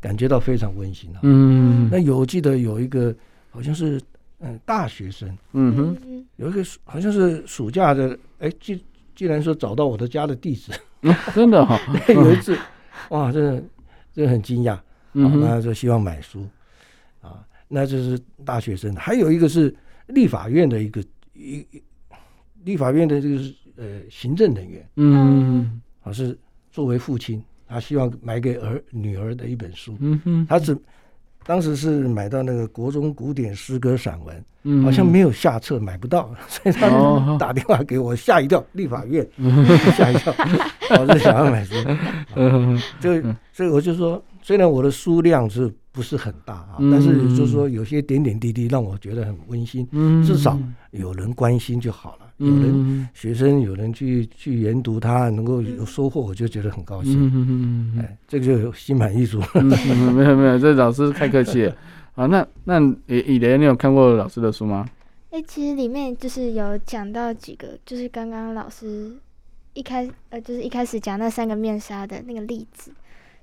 Speaker 3: 感觉到非常温馨啊
Speaker 1: 嗯
Speaker 3: 那有我记得有一个好像是嗯大学生，
Speaker 1: 嗯哼，
Speaker 2: 嗯
Speaker 3: 有一个暑好像是暑假的，哎，竟竟然说找到我的家的地址，
Speaker 1: 嗯 真的哈、
Speaker 3: 有一次，哇，真的真的很惊讶，啊
Speaker 1: 嗯哼，
Speaker 3: 那就希望买书啊，那就是大学生，还有一个是立法院的一个一一立法院的这个是呃行政人员，
Speaker 1: 嗯
Speaker 3: 啊是作为父亲，他希望买给儿女儿的一本书，
Speaker 1: 嗯哼，
Speaker 3: 他只当时是买到那个国中古典诗歌散文。
Speaker 1: 嗯
Speaker 3: 好像没有下册，买不到，所以
Speaker 1: 哦
Speaker 3: 他打电话给我，吓一跳，立法院吓一 跳，我就想要买书，
Speaker 1: 嗯
Speaker 3: 就所以我就说，虽然我的书量是不是很大啊，
Speaker 1: 嗯
Speaker 3: 但是就是说有些点点滴滴让我觉得很温馨，
Speaker 1: 嗯
Speaker 3: 至少有人关心就好了，有人
Speaker 1: 嗯
Speaker 3: 学生有人去去研读它，能够有收获，我就觉得很高兴，
Speaker 1: 嗯嗯
Speaker 3: 哎，这个就心满意足了。
Speaker 1: 嗯，没有没有，这老师太客气了。好，那那以以雷，你有看过老师的书吗？
Speaker 2: 哎、其实里面就是有讲到几个，就是刚刚老师一开呃，就是一开始讲那三个面纱的那个例子，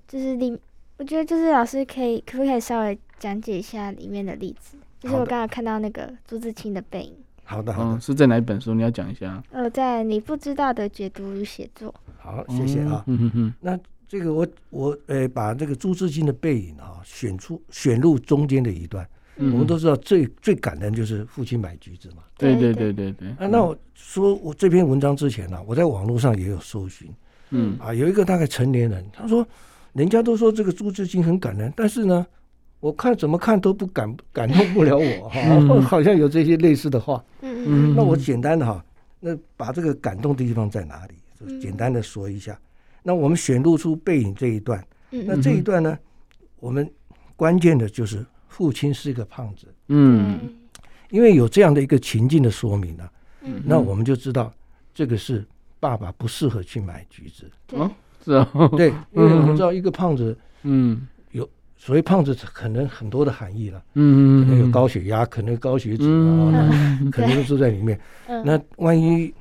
Speaker 2: 就是里，我觉得就是老师可以可不可以稍微讲解一下里面的例子？就是
Speaker 3: 好
Speaker 2: 我
Speaker 3: 的
Speaker 2: 刚刚看到那个朱自清的背影，
Speaker 3: 好的，好
Speaker 1: 嗯，
Speaker 3: 的，
Speaker 1: 是在哪一本书？你要讲一下。
Speaker 2: 呃，在你不知道的解读与写作，
Speaker 3: 好，谢谢啊。
Speaker 1: 嗯嗯嗯
Speaker 3: 这个我我呃把这个朱自清的背影啊选出选入中间的一段，
Speaker 1: 嗯，
Speaker 3: 我们都知道最最感人就是父亲买橘子嘛。
Speaker 1: 对对
Speaker 2: 对
Speaker 1: 对对对。
Speaker 3: 啊，那我说我这篇文章之前呢、啊我在网络上也有搜寻
Speaker 1: 嗯
Speaker 3: 啊，有一个大概成年人，他说人家都说这个朱自清很感人，但是呢，我看怎么看都不感感动不了我哈、
Speaker 1: 嗯
Speaker 3: 好像有这些类似的话。
Speaker 2: 嗯嗯
Speaker 3: 那我简单的哈，那把这个感动的地方在哪里，就
Speaker 2: 嗯
Speaker 3: 简单的说一下。那我们选录出背影这一段。
Speaker 2: 嗯
Speaker 3: 那这一段呢，我们关键的就是父亲是一个胖子，
Speaker 1: 嗯
Speaker 3: 因为有这样的一个情境的说明呢、啊
Speaker 2: 嗯
Speaker 3: 那我们就知道这个是爸爸不适合去买橘子。
Speaker 2: 对
Speaker 1: 哦是啊，
Speaker 3: 对，因为我
Speaker 1: 嗯
Speaker 3: 们知道一个胖子，
Speaker 1: 嗯
Speaker 3: 所谓胖子可能很多的含义了，可
Speaker 1: 嗯
Speaker 3: 能有高血压，可能有高血脂
Speaker 1: 嗯
Speaker 3: 啊，
Speaker 1: 嗯
Speaker 3: 可能都在里面。
Speaker 2: 嗯
Speaker 3: 那万一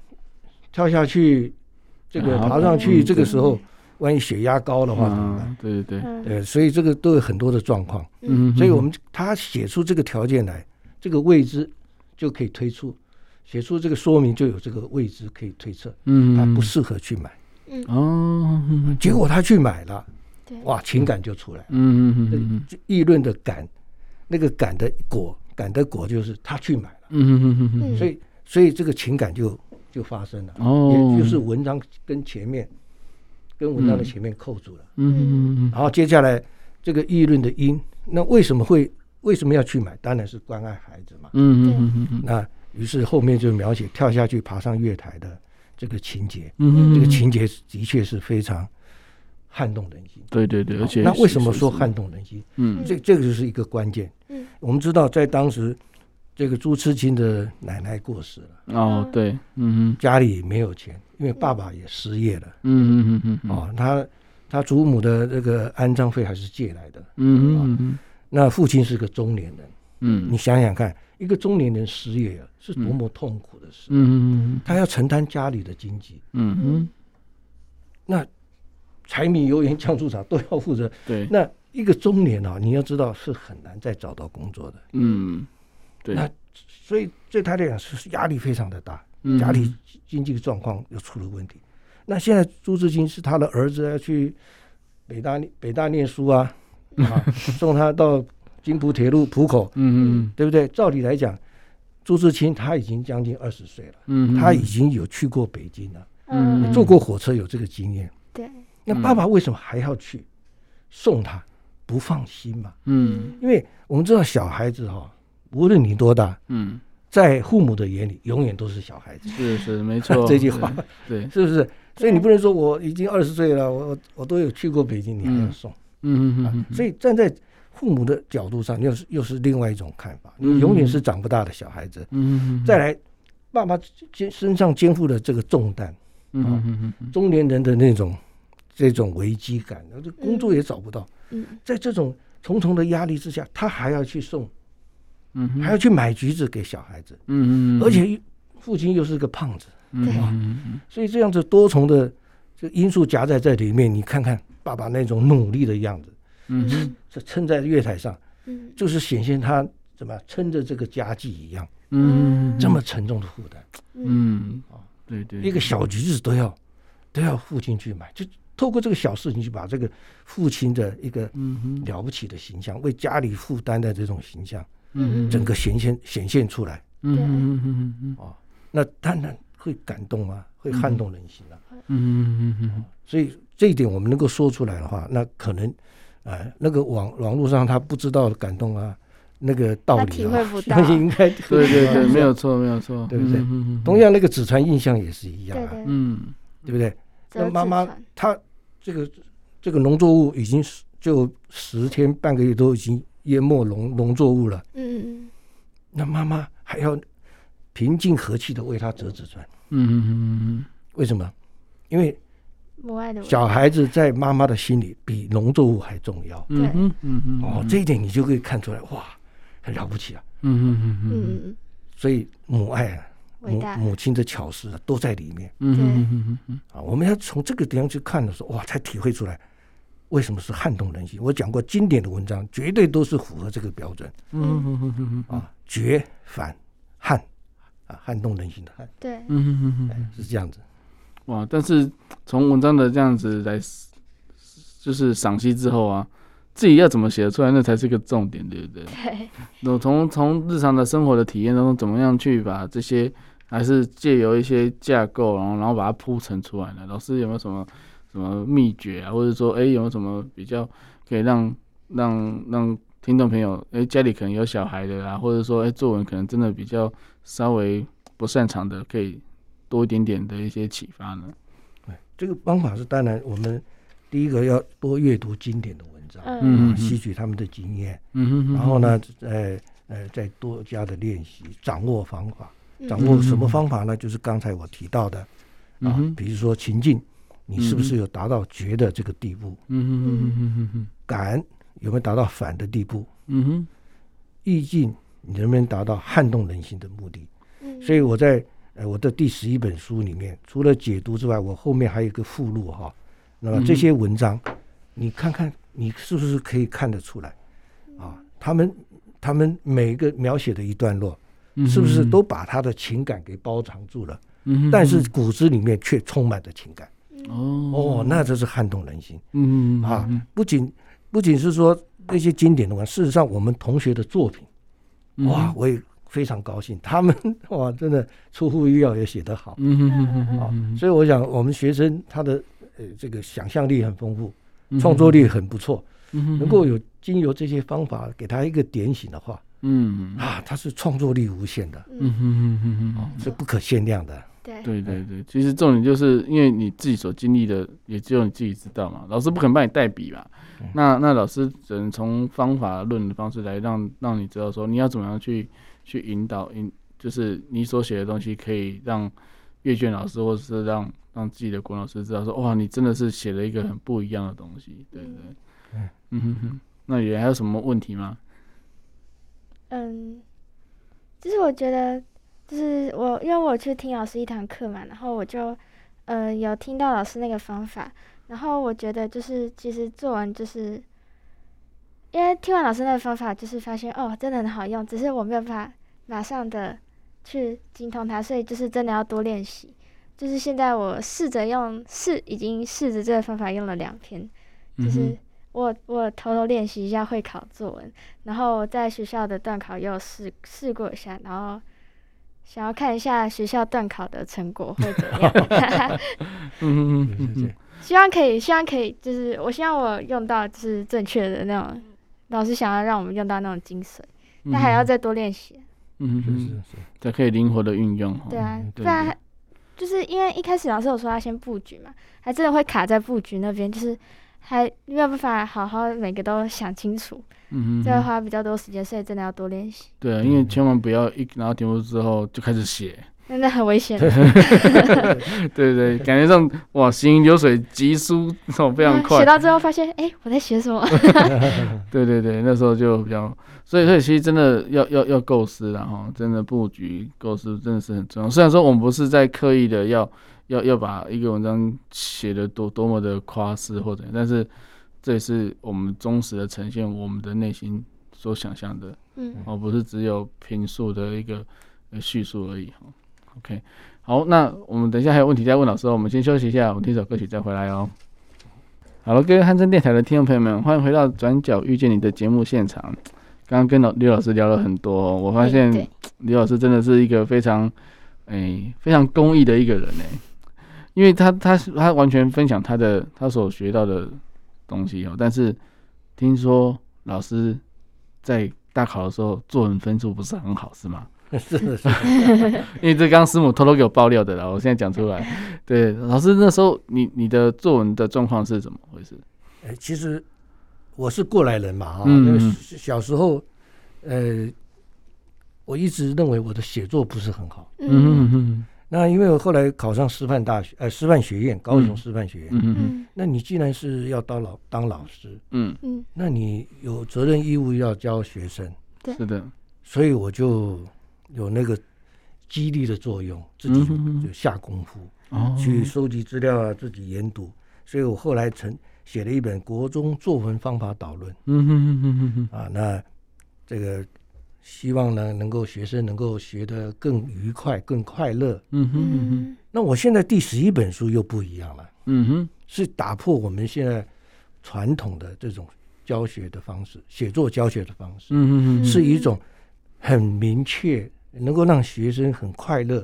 Speaker 3: 跳下去，这个
Speaker 1: 啊
Speaker 3: 爬上
Speaker 1: 嗯
Speaker 3: 去，这个
Speaker 1: 对
Speaker 3: 时候万一血压高的话怎么办？
Speaker 1: 啊，对对对，
Speaker 2: 嗯
Speaker 3: 呃，所以这个都有很多的状况。
Speaker 1: 嗯，
Speaker 3: 所以我们他写出这个条件来，这个未知就可以推出写出这个说明就有这个未知可以推测，
Speaker 1: 嗯，
Speaker 3: 他不适合去买。
Speaker 2: 嗯，
Speaker 1: 哦，嗯
Speaker 3: 结果他去买了，
Speaker 2: 对，
Speaker 3: 哇，情感就出来了，
Speaker 1: 嗯嗯嗯
Speaker 3: 就议论的感，那个感的果，感的果就是他去买了，
Speaker 1: 嗯嗯嗯，
Speaker 3: 所以所以这个情感就就发生了，
Speaker 1: 哦，
Speaker 3: 也就是文章跟前面跟文章的前面扣住了。
Speaker 1: 嗯嗯嗯
Speaker 3: 然后接下来这个议论的因，那为什么会为什么要去买？当然是关爱孩子嘛。
Speaker 1: 嗯嗯嗯
Speaker 3: 那于是后面就描写跳下去爬上月台的这个情节，
Speaker 1: 嗯，
Speaker 3: 这个情节的确是非常撼动人心。
Speaker 1: 对对对，而且
Speaker 3: 那为什么说撼动人心？
Speaker 1: 嗯
Speaker 3: 这这个就是一个关键。
Speaker 2: 嗯，
Speaker 3: 我们知道在当时，这个朱吃清的奶奶过世了，
Speaker 1: 哦对，嗯
Speaker 3: 家里没有钱，因为爸爸也失业了。
Speaker 1: 嗯嗯嗯嗯
Speaker 3: 哦，他他祖母的这个安葬费还是借来的。
Speaker 1: 嗯嗯
Speaker 3: 那父亲是个中年人，
Speaker 1: 嗯
Speaker 3: 你想想看，一个中年人失业啊，是多么痛苦的事。
Speaker 1: 嗯
Speaker 3: 他要承担家里的经济，
Speaker 1: 嗯嗯，
Speaker 3: 那柴米油盐酱醋茶都要负责。
Speaker 1: 对，
Speaker 3: 那一个中年啊，你要知道是很难再找到工作的，
Speaker 1: 嗯对，
Speaker 3: 所以对他来讲是压力非常的大，
Speaker 1: 嗯
Speaker 3: 家里经济状况又出了问题。那现在朱自清是他的儿子要去北大北大念书啊，啊送他到金浦铁路浦口，
Speaker 1: 嗯
Speaker 3: 对不对？照理来讲，朱自清他已经将近二十岁了。
Speaker 1: 嗯嗯，
Speaker 3: 他已经有去过北京了，
Speaker 1: 嗯
Speaker 3: 坐过火车有这个经验。
Speaker 2: 对，
Speaker 3: 那爸爸为什么还要去送他？不放心嘛，
Speaker 1: 嗯
Speaker 3: 因为我们知道小孩子哈、无论你多大，
Speaker 1: 嗯
Speaker 3: 在父母的眼里永远都是小孩子，
Speaker 1: 是是没错，
Speaker 3: 这句话
Speaker 1: 嗯对，啊
Speaker 3: 是不是？所以你不能说我已经二十岁了，我我我都有去过北京，你还要送、
Speaker 1: 嗯
Speaker 3: 啊
Speaker 1: 嗯嗯，
Speaker 3: 所以站在父母的角度上，又是又是另外一种看法，
Speaker 1: 嗯
Speaker 3: 你永远是长不大的小孩子。
Speaker 1: 嗯
Speaker 3: 再来，爸爸肩身上肩负了这个重担，
Speaker 1: 嗯嗯嗯
Speaker 3: 中年人的那种这种危机感，然后这工作也找不到，
Speaker 2: 嗯
Speaker 3: 在这种重重的压力之下，他还要去送，
Speaker 1: 嗯，
Speaker 3: 还要去买橘子给小孩子，
Speaker 1: 嗯嗯，
Speaker 3: 而且父亲又是个胖子，
Speaker 1: 嗯
Speaker 3: 所以这样子多重的这个因素夹在这里面，你看看爸爸那种努力的样子，
Speaker 1: 嗯
Speaker 3: 这撑在月台上，
Speaker 2: 嗯
Speaker 3: 就是显现他怎么样撑着这个家计一样，
Speaker 1: 嗯
Speaker 3: 这么沉重的负担，
Speaker 1: 嗯，对对，
Speaker 3: 一个小橘子都要都要父亲去买，就透过这个小事情去把这个父亲的一个。
Speaker 1: 嗯
Speaker 3: 了不起的形象，为家里负担的这种形象，
Speaker 1: 嗯
Speaker 3: 整个显现显现出来
Speaker 1: 嗯嗯嗯嗯
Speaker 3: 哦，那当然会感动啊，会撼动人心啊。
Speaker 1: 嗯嗯
Speaker 3: 所以这一点我们能够说出来的话，那可能，呃，那个网网络上他不知道的感动啊，那个道理、啊，
Speaker 2: 他体会不到
Speaker 3: 相信 应该
Speaker 1: 对对对，没有错没有错，
Speaker 3: 对不对
Speaker 1: 嗯
Speaker 3: 同样那个纸船印象也是一样
Speaker 2: 对
Speaker 3: 啊，
Speaker 2: 对，
Speaker 1: 嗯
Speaker 3: 对不对？
Speaker 2: 折
Speaker 3: 那妈
Speaker 2: 纸
Speaker 3: 妈
Speaker 2: 船
Speaker 3: 她这个这个农作物已经是就十天半个月都已经淹没农农作物了。
Speaker 2: 嗯嗯
Speaker 3: 那妈妈还要平静和气的为他折纸船，
Speaker 1: 嗯嗯
Speaker 3: 为什么？因为
Speaker 2: 嗯，母爱的吻
Speaker 3: 小孩子在妈妈的心里比农作物还重要。
Speaker 1: 嗯嗯嗯
Speaker 3: 哦，这一点你就可以看出来，哇，很了不起啊！
Speaker 1: 嗯嗯
Speaker 2: 嗯
Speaker 1: 嗯
Speaker 2: 嗯
Speaker 3: 所以母爱啊，
Speaker 2: 伟
Speaker 3: 母
Speaker 2: 大
Speaker 3: 母亲的巧思啊，都在里面
Speaker 1: 嗯嗯嗯
Speaker 3: 啊。我们要从这个地方去看的时候，哇，才体会出来为什么是撼动人心。我讲过，经典的文章绝对都是符合这个标准
Speaker 1: 嗯
Speaker 3: 啊，绝反撼啊，撼动人心的撼
Speaker 2: 嗯，对，
Speaker 1: 嗯嗯。
Speaker 3: 是这样子。
Speaker 1: 哇！但是从文章的这样子来，就是赏析之后啊，自己要怎么写得出来，那才是个重点，对不对？
Speaker 2: 对，
Speaker 1: 那从从日常的生活的体验当中，怎么样去把这些，还是借由一些架构，然后然后把它铺陈出来呢？老师有没有什么什么秘诀啊，或者说，哎、有没有什么比较可以让让让听众朋友，哎、家里可能有小孩的啦，或者说，哎、作文可能真的比较稍微不擅长的，可以多一点点的一些启发呢？
Speaker 3: 哎这个方法是当然，我们第一个要多阅读经典的文章，
Speaker 2: 嗯
Speaker 1: 嗯
Speaker 3: 啊吸取他们的经验，
Speaker 1: 嗯哼哼，
Speaker 3: 然后呢，呃呃，再多加的练习，掌握方法，
Speaker 2: 嗯
Speaker 3: 掌握什么方法呢？就是刚才我提到的
Speaker 1: 嗯
Speaker 3: 啊
Speaker 1: 哼，
Speaker 3: 比如说情境，你是不是有达到觉的这个地步？
Speaker 1: 嗯哼哼哼哼哼，
Speaker 3: 感有没有达到反的地步？
Speaker 1: 嗯哼，
Speaker 3: 意境你能不能达到撼动人心的目的？
Speaker 2: 嗯
Speaker 3: 所以我在呃我的第十一本书里面，除了解读之外，我后面还有一个附录哈、那
Speaker 1: 嗯
Speaker 3: 么这些文章，你看看你是不是可以看得出来啊？他们他们每一个描写的一段落，是不是都把他的情感给包藏住了？
Speaker 1: 嗯哼？
Speaker 3: 但是骨子里面却充满着情感。
Speaker 1: 哦
Speaker 3: 哦，那这是撼动人心。
Speaker 1: 嗯
Speaker 3: 啊，不仅不仅是说那些经典的文，事实上我们同学的作品，
Speaker 1: 嗯
Speaker 3: 啊哇，，我也非常高兴，他们哇，真的出乎意料也写得好
Speaker 1: 嗯哼嗯哼嗯
Speaker 3: 啊
Speaker 1: 哼。
Speaker 3: 所以我想，我们学生他的呃这个想象力很丰富，
Speaker 1: 以
Speaker 3: 创作力很不错，
Speaker 1: 能
Speaker 3: 能够有经由这些方法给他一个点醒的话
Speaker 1: 嗯嗯
Speaker 3: 啊，他是创作力无限的，
Speaker 1: 嗯
Speaker 2: 嗯，
Speaker 1: 哼嗯哼。
Speaker 3: 是不可限量的。
Speaker 2: 对，
Speaker 1: 对对对，其实重点就是因为你自己所经历的，也只有你自己知道嘛。老师不可能帮你代笔嘛，那那老师只能从方法论的方式来让让你知道说你要怎么样去去引导引，就是你所写的东西可以让阅卷老师或者是让让自己的国文老师知道说哇，你真的是写了一个很不一样的东西。对对
Speaker 3: 嗯
Speaker 1: 嗯哼哼。那也还有什么问题吗？
Speaker 2: 嗯，就是我觉得，就是我因为我去听老师一堂课嘛，然后我就呃有听到老师那个方法，然后我觉得就是其实作文就是，因为听完老师那个方法，就是发现哦真的很好用，只是我没有办法马上的去精通它，所以就是真的要多练习。就是现在我试着用试已经试着这个方法用了两篇，就
Speaker 1: 嗯哼
Speaker 2: 是我我偷偷练习一下会考作文，然后在学校的段考也有试试过一下，然后想要看一下学校段考的成果会怎么 样，
Speaker 1: 嗯哼
Speaker 3: 对
Speaker 1: 哼
Speaker 3: 对对
Speaker 1: 哼，
Speaker 2: 希望可以，希望可以，就是我希望我用到就是正确的那种老师想要让我们用到那种精髓，
Speaker 1: 嗯，
Speaker 2: 但还要再多练习，
Speaker 1: 嗯哼
Speaker 3: 是是
Speaker 1: 哼，
Speaker 3: 是，
Speaker 1: 才可以灵活的运用哈。
Speaker 2: 对啊，不
Speaker 1: 对
Speaker 2: 然
Speaker 1: 对
Speaker 2: 还就是因为一开始老师有说要先布局嘛，还真的会卡在布局那边，就是还没有办法好好每个都想清楚。
Speaker 1: 嗯哼
Speaker 2: 这会
Speaker 1: 哼。
Speaker 2: 花比较多时间，所以真的要多练习，
Speaker 1: 对啊，因为千万不要一拿到题目之后就开始写，
Speaker 2: 真的很危险。
Speaker 1: 对对，感觉上哇，行云流水，急速哦，非常快
Speaker 2: 写。到最后发现，哎、我在写什 么？
Speaker 1: 对对对，那时候就比较，所以所以其实真的要要要构思啦，然后真的布局构思真的是很重要。虽然说我们不是在刻意的要要要把一个文章写的多多么的夸饰或者，但是这也是我们忠实的呈现我们的内心所想象的。
Speaker 2: 嗯，
Speaker 1: 哦，不是只有评述的一个呃叙述而已哈。OK，好，那我们等一下还有问题再问老师哦，我们先休息一下，我们听首歌曲再回来哦。好了，各位汉声电台的听众朋友们，欢迎回到《转角遇见你》的节目现场。刚刚跟老刘老师聊了很多、哦，我发现
Speaker 2: 对
Speaker 1: 刘老师真的是一个非常诶、非常公益的一个人呢，因为他他是他完全分享他的他所学到的东西哦，但是听说老师在大考的时候作文分数不是很好，是吗？
Speaker 3: 是 的，是
Speaker 1: 因为这刚刚师母偷偷给我爆料的啦，我现在讲出 来。对，老师那时候你你的作文的状况是怎么回事？
Speaker 3: 哎，其实我是过来人嘛，啊，
Speaker 1: 嗯
Speaker 3: 那个
Speaker 1: 嗯
Speaker 3: 小时候，呃，我一直认为我的写作不是很好。
Speaker 2: 嗯
Speaker 1: 嗯
Speaker 3: 那因为我后来考上师范大学，呃，师范学院，高雄
Speaker 1: 嗯
Speaker 3: 师范学院。
Speaker 1: 嗯嗯
Speaker 2: 嗯
Speaker 3: 那你既然是要当老当老师，
Speaker 1: 嗯，
Speaker 2: 嗯
Speaker 3: 那你有责任义务要教学生，
Speaker 1: 是的，
Speaker 3: 所以我就有那个激励的作用，自己
Speaker 1: 嗯哼
Speaker 3: 就下功夫、
Speaker 1: 哦
Speaker 3: 去收集资料啊，自己研读。所以我后来成写了一本《国中作文方法导论》。
Speaker 1: 嗯哼哼哼
Speaker 3: 啊，那这个希望呢，能够学生能够学得更愉快、更快乐。
Speaker 1: 嗯哼嗯哼
Speaker 2: 嗯
Speaker 3: 那我现在第十一本书又不一样了，
Speaker 1: 嗯哼
Speaker 3: 是打破我们现在传统的这种教学的方式，写作教学的方式，
Speaker 1: 嗯哼
Speaker 3: 是一种很明确，能够让学生很快乐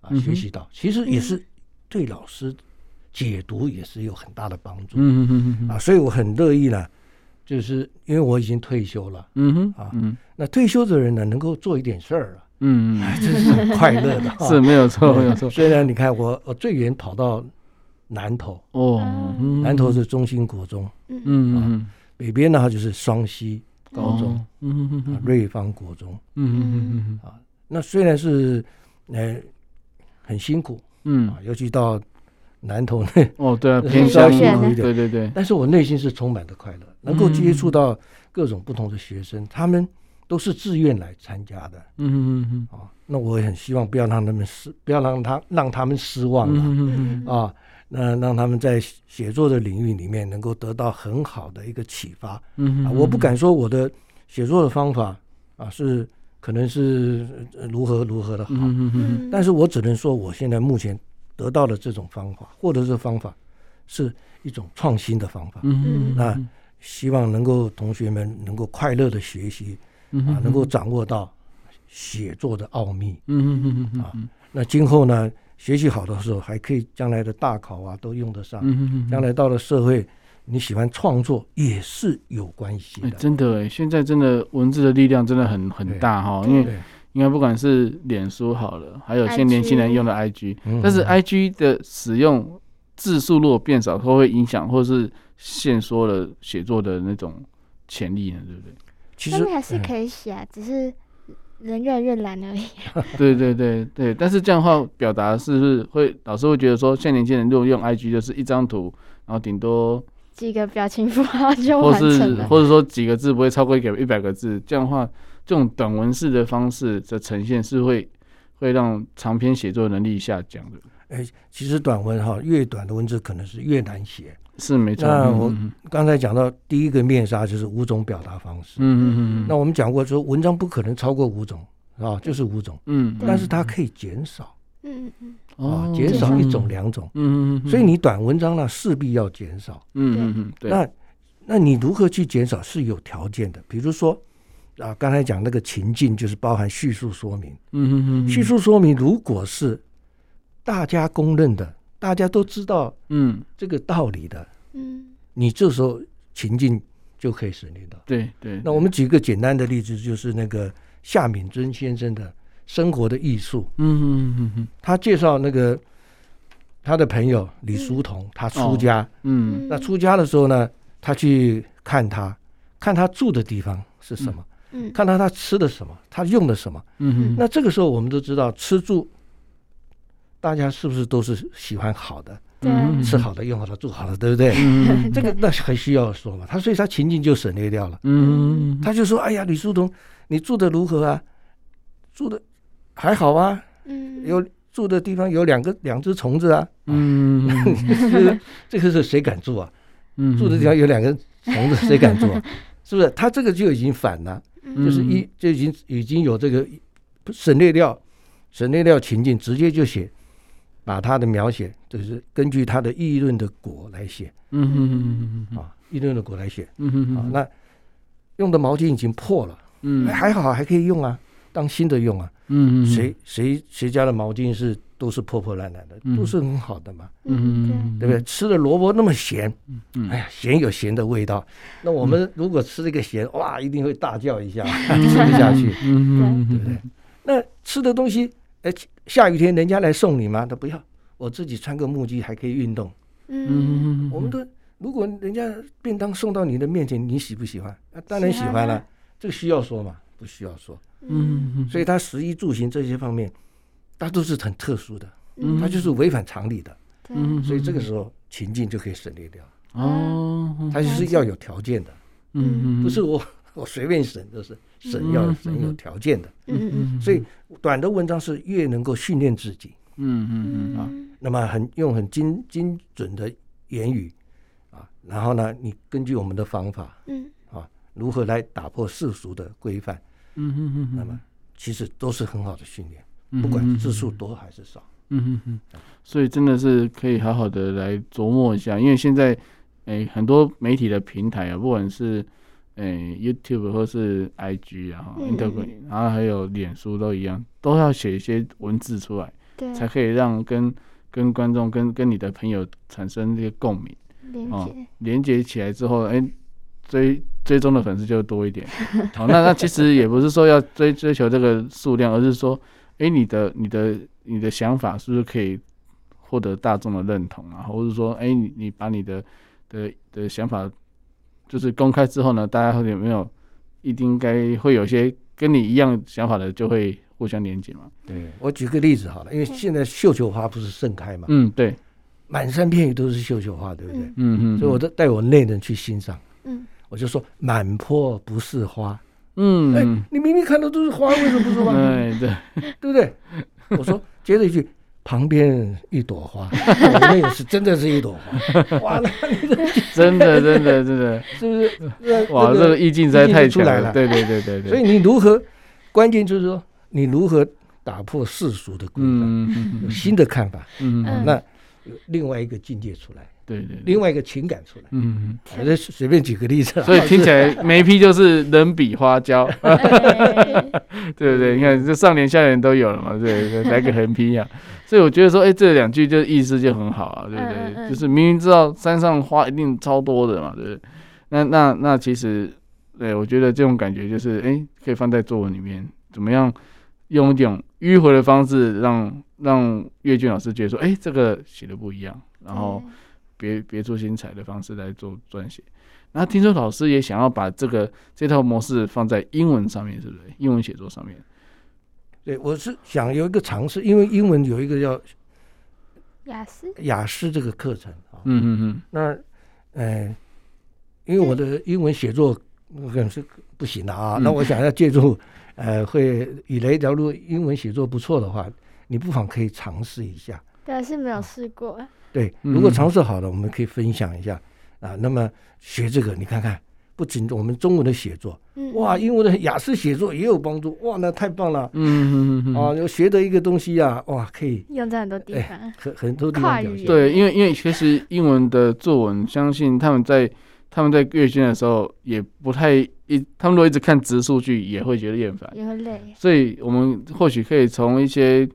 Speaker 3: 啊、
Speaker 1: 嗯哼嗯
Speaker 3: 学习到。其实也是对老师解读也是有很大的帮助、
Speaker 1: 嗯哼
Speaker 3: 啊，所以我很乐意呢，就是因为我已经退休了。
Speaker 1: 嗯哼嗯
Speaker 3: 那退休的人呢，能够做一点事儿啊，
Speaker 1: 嗯，
Speaker 3: 这是很快乐的、啊。
Speaker 1: 是没有错没有错
Speaker 3: 虽然你看我，我最远跑到南投，
Speaker 1: 哦，
Speaker 3: 南投是中心国中，
Speaker 2: 嗯
Speaker 1: 嗯
Speaker 3: 北边呢就是双溪高中、
Speaker 1: 嗯嗯
Speaker 3: 啊瑞芳国中。
Speaker 1: 嗯
Speaker 3: 那虽然是，呃，很辛苦
Speaker 1: 嗯
Speaker 3: 啊，尤其到南投呢，
Speaker 1: 哦，对啊，偏向
Speaker 2: 很多选
Speaker 1: 对对对，
Speaker 3: 但是我内心是充满着快乐，能够接触
Speaker 1: 嗯
Speaker 3: 到各种不同的学生，他们都是自愿来参加的
Speaker 1: 嗯嗯
Speaker 3: 啊。那我也很希望不要让他们失，不要让他让他们失望啊。
Speaker 1: 嗯
Speaker 3: 啊，那让他们在写写作的领域里面能够得到很好的一个启发。
Speaker 1: 嗯
Speaker 3: 啊、我不敢说我的写作的方法啊是可能是呃如何如何的好。
Speaker 1: 嗯嗯嗯，
Speaker 2: 嗯，
Speaker 3: 但是我只能说，我现在目前得到的这种方法，或者是方法，是一种创新的方法。
Speaker 1: 嗯
Speaker 3: 那希望能够同学们能够快乐的学习啊，能够掌握到写作的奥秘。
Speaker 1: 嗯嗯嗯嗯
Speaker 3: 那今后呢，学习好的时候，还可以将来的大考啊都用得上。
Speaker 1: 嗯
Speaker 3: 将来到了社会，你喜欢创作也是有关系
Speaker 1: 哎，
Speaker 3: 的。
Speaker 1: 真的哎，现在真的文字的力量真的很很大哈，因为
Speaker 3: 对，
Speaker 1: 因为不管是脸书好了，还有现在年轻人用的 IG，
Speaker 3: 嗯
Speaker 1: 但是哎 IG 的使用字数如果变少，会不会影响或是限缩了写作的那种潜力呢？对不对？
Speaker 3: 其
Speaker 2: 上
Speaker 3: 实
Speaker 2: 面还是
Speaker 1: 哎
Speaker 3: 嗯
Speaker 2: 可以写啊，只是人越来越懒而已。
Speaker 1: 对对对对，但是这样的话，表达是不是会老师会觉得说，现在年轻人如果用 IG 就是一张图，然后顶多
Speaker 2: 几个表情符号就
Speaker 1: 或
Speaker 2: 完
Speaker 1: 是
Speaker 2: 成了。
Speaker 1: 或者说几个字不会超过一个一百个字，这样的话，这种短文式的方式的呈现是会会让长篇写作能力下降的，
Speaker 3: 哎，其实短文哈，越短的文字可能是越难写。
Speaker 1: 是没错。
Speaker 3: 那
Speaker 1: 嗯
Speaker 3: 我
Speaker 1: 嗯
Speaker 3: 刚才讲到第一个面纱就是五种表达方式。
Speaker 1: 嗯嗯嗯，
Speaker 3: 那我们讲过说，文章不可能超过五种啊，就是五种，
Speaker 1: 嗯，
Speaker 3: 但是它可以减少
Speaker 2: 嗯嗯嗯，
Speaker 3: 啊
Speaker 1: 哦，
Speaker 3: 减少一种，两种。
Speaker 1: 嗯嗯嗯，
Speaker 3: 所以你短文章呢势必要减少。
Speaker 1: 嗯嗯嗯对，
Speaker 3: 那那你如何去减少是有条件的，比如说啊，刚才讲那个情境就是包含叙述说明。
Speaker 1: 嗯嗯嗯
Speaker 3: 叙述说明如果是大家公认的，大家都知道
Speaker 1: 嗯
Speaker 3: 这个道理的，
Speaker 2: 嗯，
Speaker 3: 你这时候情境就可以省略到。
Speaker 1: 对对，
Speaker 3: 那我们举一个简单的例子，就是那个夏敏尊先生的《生活的艺术》，
Speaker 1: 嗯嗯嗯
Speaker 3: 他介绍那个他的朋友李叔同，他出家，
Speaker 1: 嗯
Speaker 3: 那出家的时候呢，他去看他，看他住的地方是什么，
Speaker 2: 嗯
Speaker 3: 看他他吃的什么，他用的什么。
Speaker 1: 嗯
Speaker 3: 那这个时候我们都知道，吃住大家是不是都是喜欢好的，
Speaker 2: 对啊，
Speaker 1: 嗯
Speaker 3: 吃好的、用好的、住好的，对不对？
Speaker 1: 嗯
Speaker 3: 这个那还需要说嘛？他所以他情境就省略掉了。
Speaker 1: 嗯，
Speaker 3: 他就说：“哎呀，李叔同，你住的如何啊？住的还好啊，
Speaker 2: 嗯
Speaker 3: 有住的地方有两个两只虫子啊。
Speaker 1: 嗯
Speaker 3: 这个是谁 敢住啊？
Speaker 1: 嗯
Speaker 3: 住的地方有两个虫子，谁敢住 啊？是不是？他这个就已经反了，
Speaker 2: 嗯
Speaker 3: 就是一就已经已经有这个省略掉省略掉情境，直接就写把他的描写，就是根据他的议论的果来写
Speaker 1: 嗯嗯
Speaker 3: 啊，议论的果来写
Speaker 1: 嗯
Speaker 3: 啊。那用的毛巾已经破了，
Speaker 1: 嗯
Speaker 3: 哎还好还可以用啊，当新的用啊。
Speaker 1: 嗯
Speaker 3: 谁谁谁家的毛巾是都是破破烂烂的，
Speaker 1: 嗯
Speaker 3: 都是很好的嘛，
Speaker 1: 嗯
Speaker 3: 对不对？吃的萝卜那么咸，
Speaker 1: 嗯
Speaker 3: 哎呀，咸有咸的味道。那我们如果吃这个咸，哇，一定会大叫一 下，
Speaker 1: 嗯
Speaker 3: 吃不下去。
Speaker 1: 嗯
Speaker 3: 对不对？那吃的东西，哎，下雨天人家来送你吗？他不要，我自己穿个木屐还可以运动。
Speaker 2: 嗯
Speaker 1: 嗯
Speaker 3: 我们都如果人家便当送到你的面前，你喜不喜欢？啊、当然喜
Speaker 2: 喜
Speaker 3: 欢
Speaker 2: 欢
Speaker 3: 了、
Speaker 2: 啊
Speaker 3: 这个需要说嘛？不需要说。
Speaker 2: 嗯
Speaker 1: 嗯
Speaker 3: 所以他食衣住行这些方面，它都是很特殊的，
Speaker 2: 嗯
Speaker 3: 它就是违反常理的。
Speaker 2: 对嗯
Speaker 1: 嗯
Speaker 3: 所以这个时候情境就可以省略掉，
Speaker 1: 哦
Speaker 3: 它就是要有条件的，
Speaker 1: 嗯
Speaker 3: 不是我 我随便省，就是省要
Speaker 1: 嗯
Speaker 3: 省有条件的。
Speaker 2: 嗯
Speaker 1: 嗯
Speaker 3: 所以短的文章是越能够训练自己，
Speaker 1: 嗯嗯嗯啊
Speaker 2: 嗯
Speaker 3: 那么很用很精精准的言语啊，然后呢，你根据我们的方法
Speaker 2: 嗯
Speaker 3: 啊，如何来打破世俗的规范，
Speaker 1: 嗯嗯嗯
Speaker 3: 那么其实都是很好的训练，
Speaker 1: 嗯
Speaker 3: 不管字数多还是少。
Speaker 1: 嗯嗯嗯，所以真的是可以好好的来琢磨一下，因为现在诶、很多媒体的平台啊，不管是诶、YouTube 或是 IG 啊、
Speaker 2: 嗯
Speaker 1: Instagram，然后还有脸书都一样，都要写一些文字出来，
Speaker 2: 对，
Speaker 1: 才可以让跟跟观众、跟跟你的朋友产生这个共鸣，
Speaker 2: 连
Speaker 1: 哦
Speaker 2: 接
Speaker 1: 连接起来之后，诶、追追踪的粉丝就多一点。 好，那那其实也不是说要追追求这个数量，而是说，诶，你的你的你的想法是不是可以获得大众的认同啊？或者说，诶，你你把你的的的想法就是公开之后呢，大家会有没有一定该会有些跟你一样想法的就会互相连接嘛？
Speaker 3: 对我举个例子好了，因为现在绣球花不是盛开嘛，
Speaker 1: 嗯，对，
Speaker 3: 满山遍野都是绣球花，对不对？
Speaker 2: 嗯
Speaker 1: 嗯嗯，
Speaker 3: 所以我都带我内人去欣赏，
Speaker 2: 嗯
Speaker 3: 我就说满坡不是花，
Speaker 1: 嗯
Speaker 3: 哎
Speaker 1: 嗯，
Speaker 3: 你明明看到都是花，为什么不是花？
Speaker 1: 哎对，
Speaker 3: 对不对？我说接着一句，旁边一 朵花，我那也是真的是一朵花，哇，那
Speaker 1: 真的真的真的，
Speaker 3: 是不是？那
Speaker 1: 哇，这
Speaker 3: 这
Speaker 1: 个
Speaker 3: 个
Speaker 1: 意境实在太
Speaker 3: 意境就出
Speaker 1: 强
Speaker 3: 来
Speaker 1: 了，
Speaker 3: 了
Speaker 1: 对对对对对，
Speaker 3: 所以你如何关键就是说你如何打破世俗的规范，
Speaker 1: 嗯嗯
Speaker 3: 有新的看法，
Speaker 1: 嗯
Speaker 2: 嗯
Speaker 1: 嗯，
Speaker 3: 那有另外一个境界出来，
Speaker 1: 对对，对
Speaker 3: 另外一个情感出来。
Speaker 1: 嗯，
Speaker 3: 反正随便举个例子啊，
Speaker 1: 所以听起来每一批就是人比花娇，
Speaker 2: 哎
Speaker 1: 对不对？你看这上联下联都有 了嘛，对对，来个横批啊。所以我觉得说，哎、这两句就意思就很好啊，对不对？
Speaker 2: 嗯嗯嗯
Speaker 1: 就是明明知道山上花一定超多的嘛，对不对？那那那其实，对我觉得这种感觉就是，哎、可以放在作文里面，怎么样用一种迂回的方式让让阅卷老师觉得说，哎、这个写的不一样，然后。
Speaker 2: 嗯
Speaker 1: 别别出心裁的方式来做撰写。然后听说老师也想要把这个这套模式放在英文上面，是不是？英文写作上面。
Speaker 3: 对我是想有一个尝试，因为英文有一个叫
Speaker 2: 雅思，
Speaker 3: 雅思这个课程啊，
Speaker 1: 嗯嗯
Speaker 3: 那，呃，因为我的英文写作可能是不行的啊，
Speaker 1: 嗯
Speaker 3: 那我想要借助，呃，会以雷条路英文写作不错的话，你不妨可以尝试一下。
Speaker 2: 对，啊是没
Speaker 3: 嗯
Speaker 2: 有试过，
Speaker 3: 对，
Speaker 1: 嗯
Speaker 3: 如果尝试好了，我们可以分享一下啊。那么学这个，你看看，不仅我们中文的写作，
Speaker 2: 嗯，
Speaker 3: 哇，英文的雅思写作也有帮助，哇，那太棒了
Speaker 1: 嗯嗯嗯嗯。
Speaker 3: 啊！
Speaker 1: 哦，
Speaker 3: 有学的一个东西啊，哇，可以
Speaker 2: 用在很多地
Speaker 3: 哎
Speaker 2: 方，
Speaker 3: 很很多地方表现。
Speaker 1: 对，因为因为其实英文的作文，相信他们在他们在阅卷的时候也不太一，他们如果一直看直数据，也会觉得厌烦。
Speaker 2: 也会累，
Speaker 1: 所以我们或许可以从一些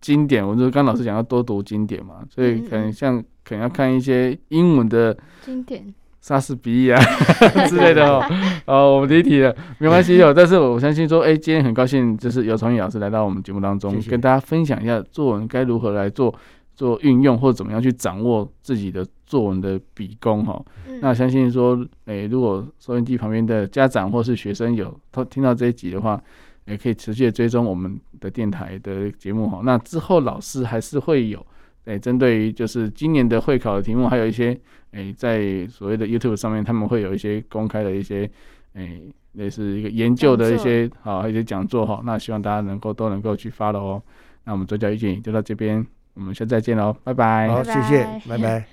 Speaker 1: 经典，我就刚刚老师讲要多读经典嘛，所以可能像可能要看一些英文的
Speaker 2: 经典，
Speaker 1: 莎士比亚 之类的 哦。哦，我们离题了，没关系哦。但是我相信说，哎、今天很高兴，就是尤崇义老师来到我们节目当中，
Speaker 3: 谢谢
Speaker 1: 跟大家分享一下作文该如何来做做运用，或者怎么样去掌握自己的作文的笔功哈、哦。
Speaker 2: 嗯
Speaker 1: 那相信说，诶、如果收音机旁边的家长或是学生有他听到这一集的话，也可以持续的追踪我们的电台的节目哈。那之后老师还是会有，诶、针对于就是今年的会考的题目，还有一些诶、在所谓的 YouTube 上面，他们会有一些公开的一些诶、类似一个研究的一些好一些讲座哈。那希望大家能够都能够去 follow 哦。那我们左脚一见就到这边，我们下次再见喽，拜拜。
Speaker 3: 好，谢谢，
Speaker 2: 拜拜
Speaker 3: 拜拜。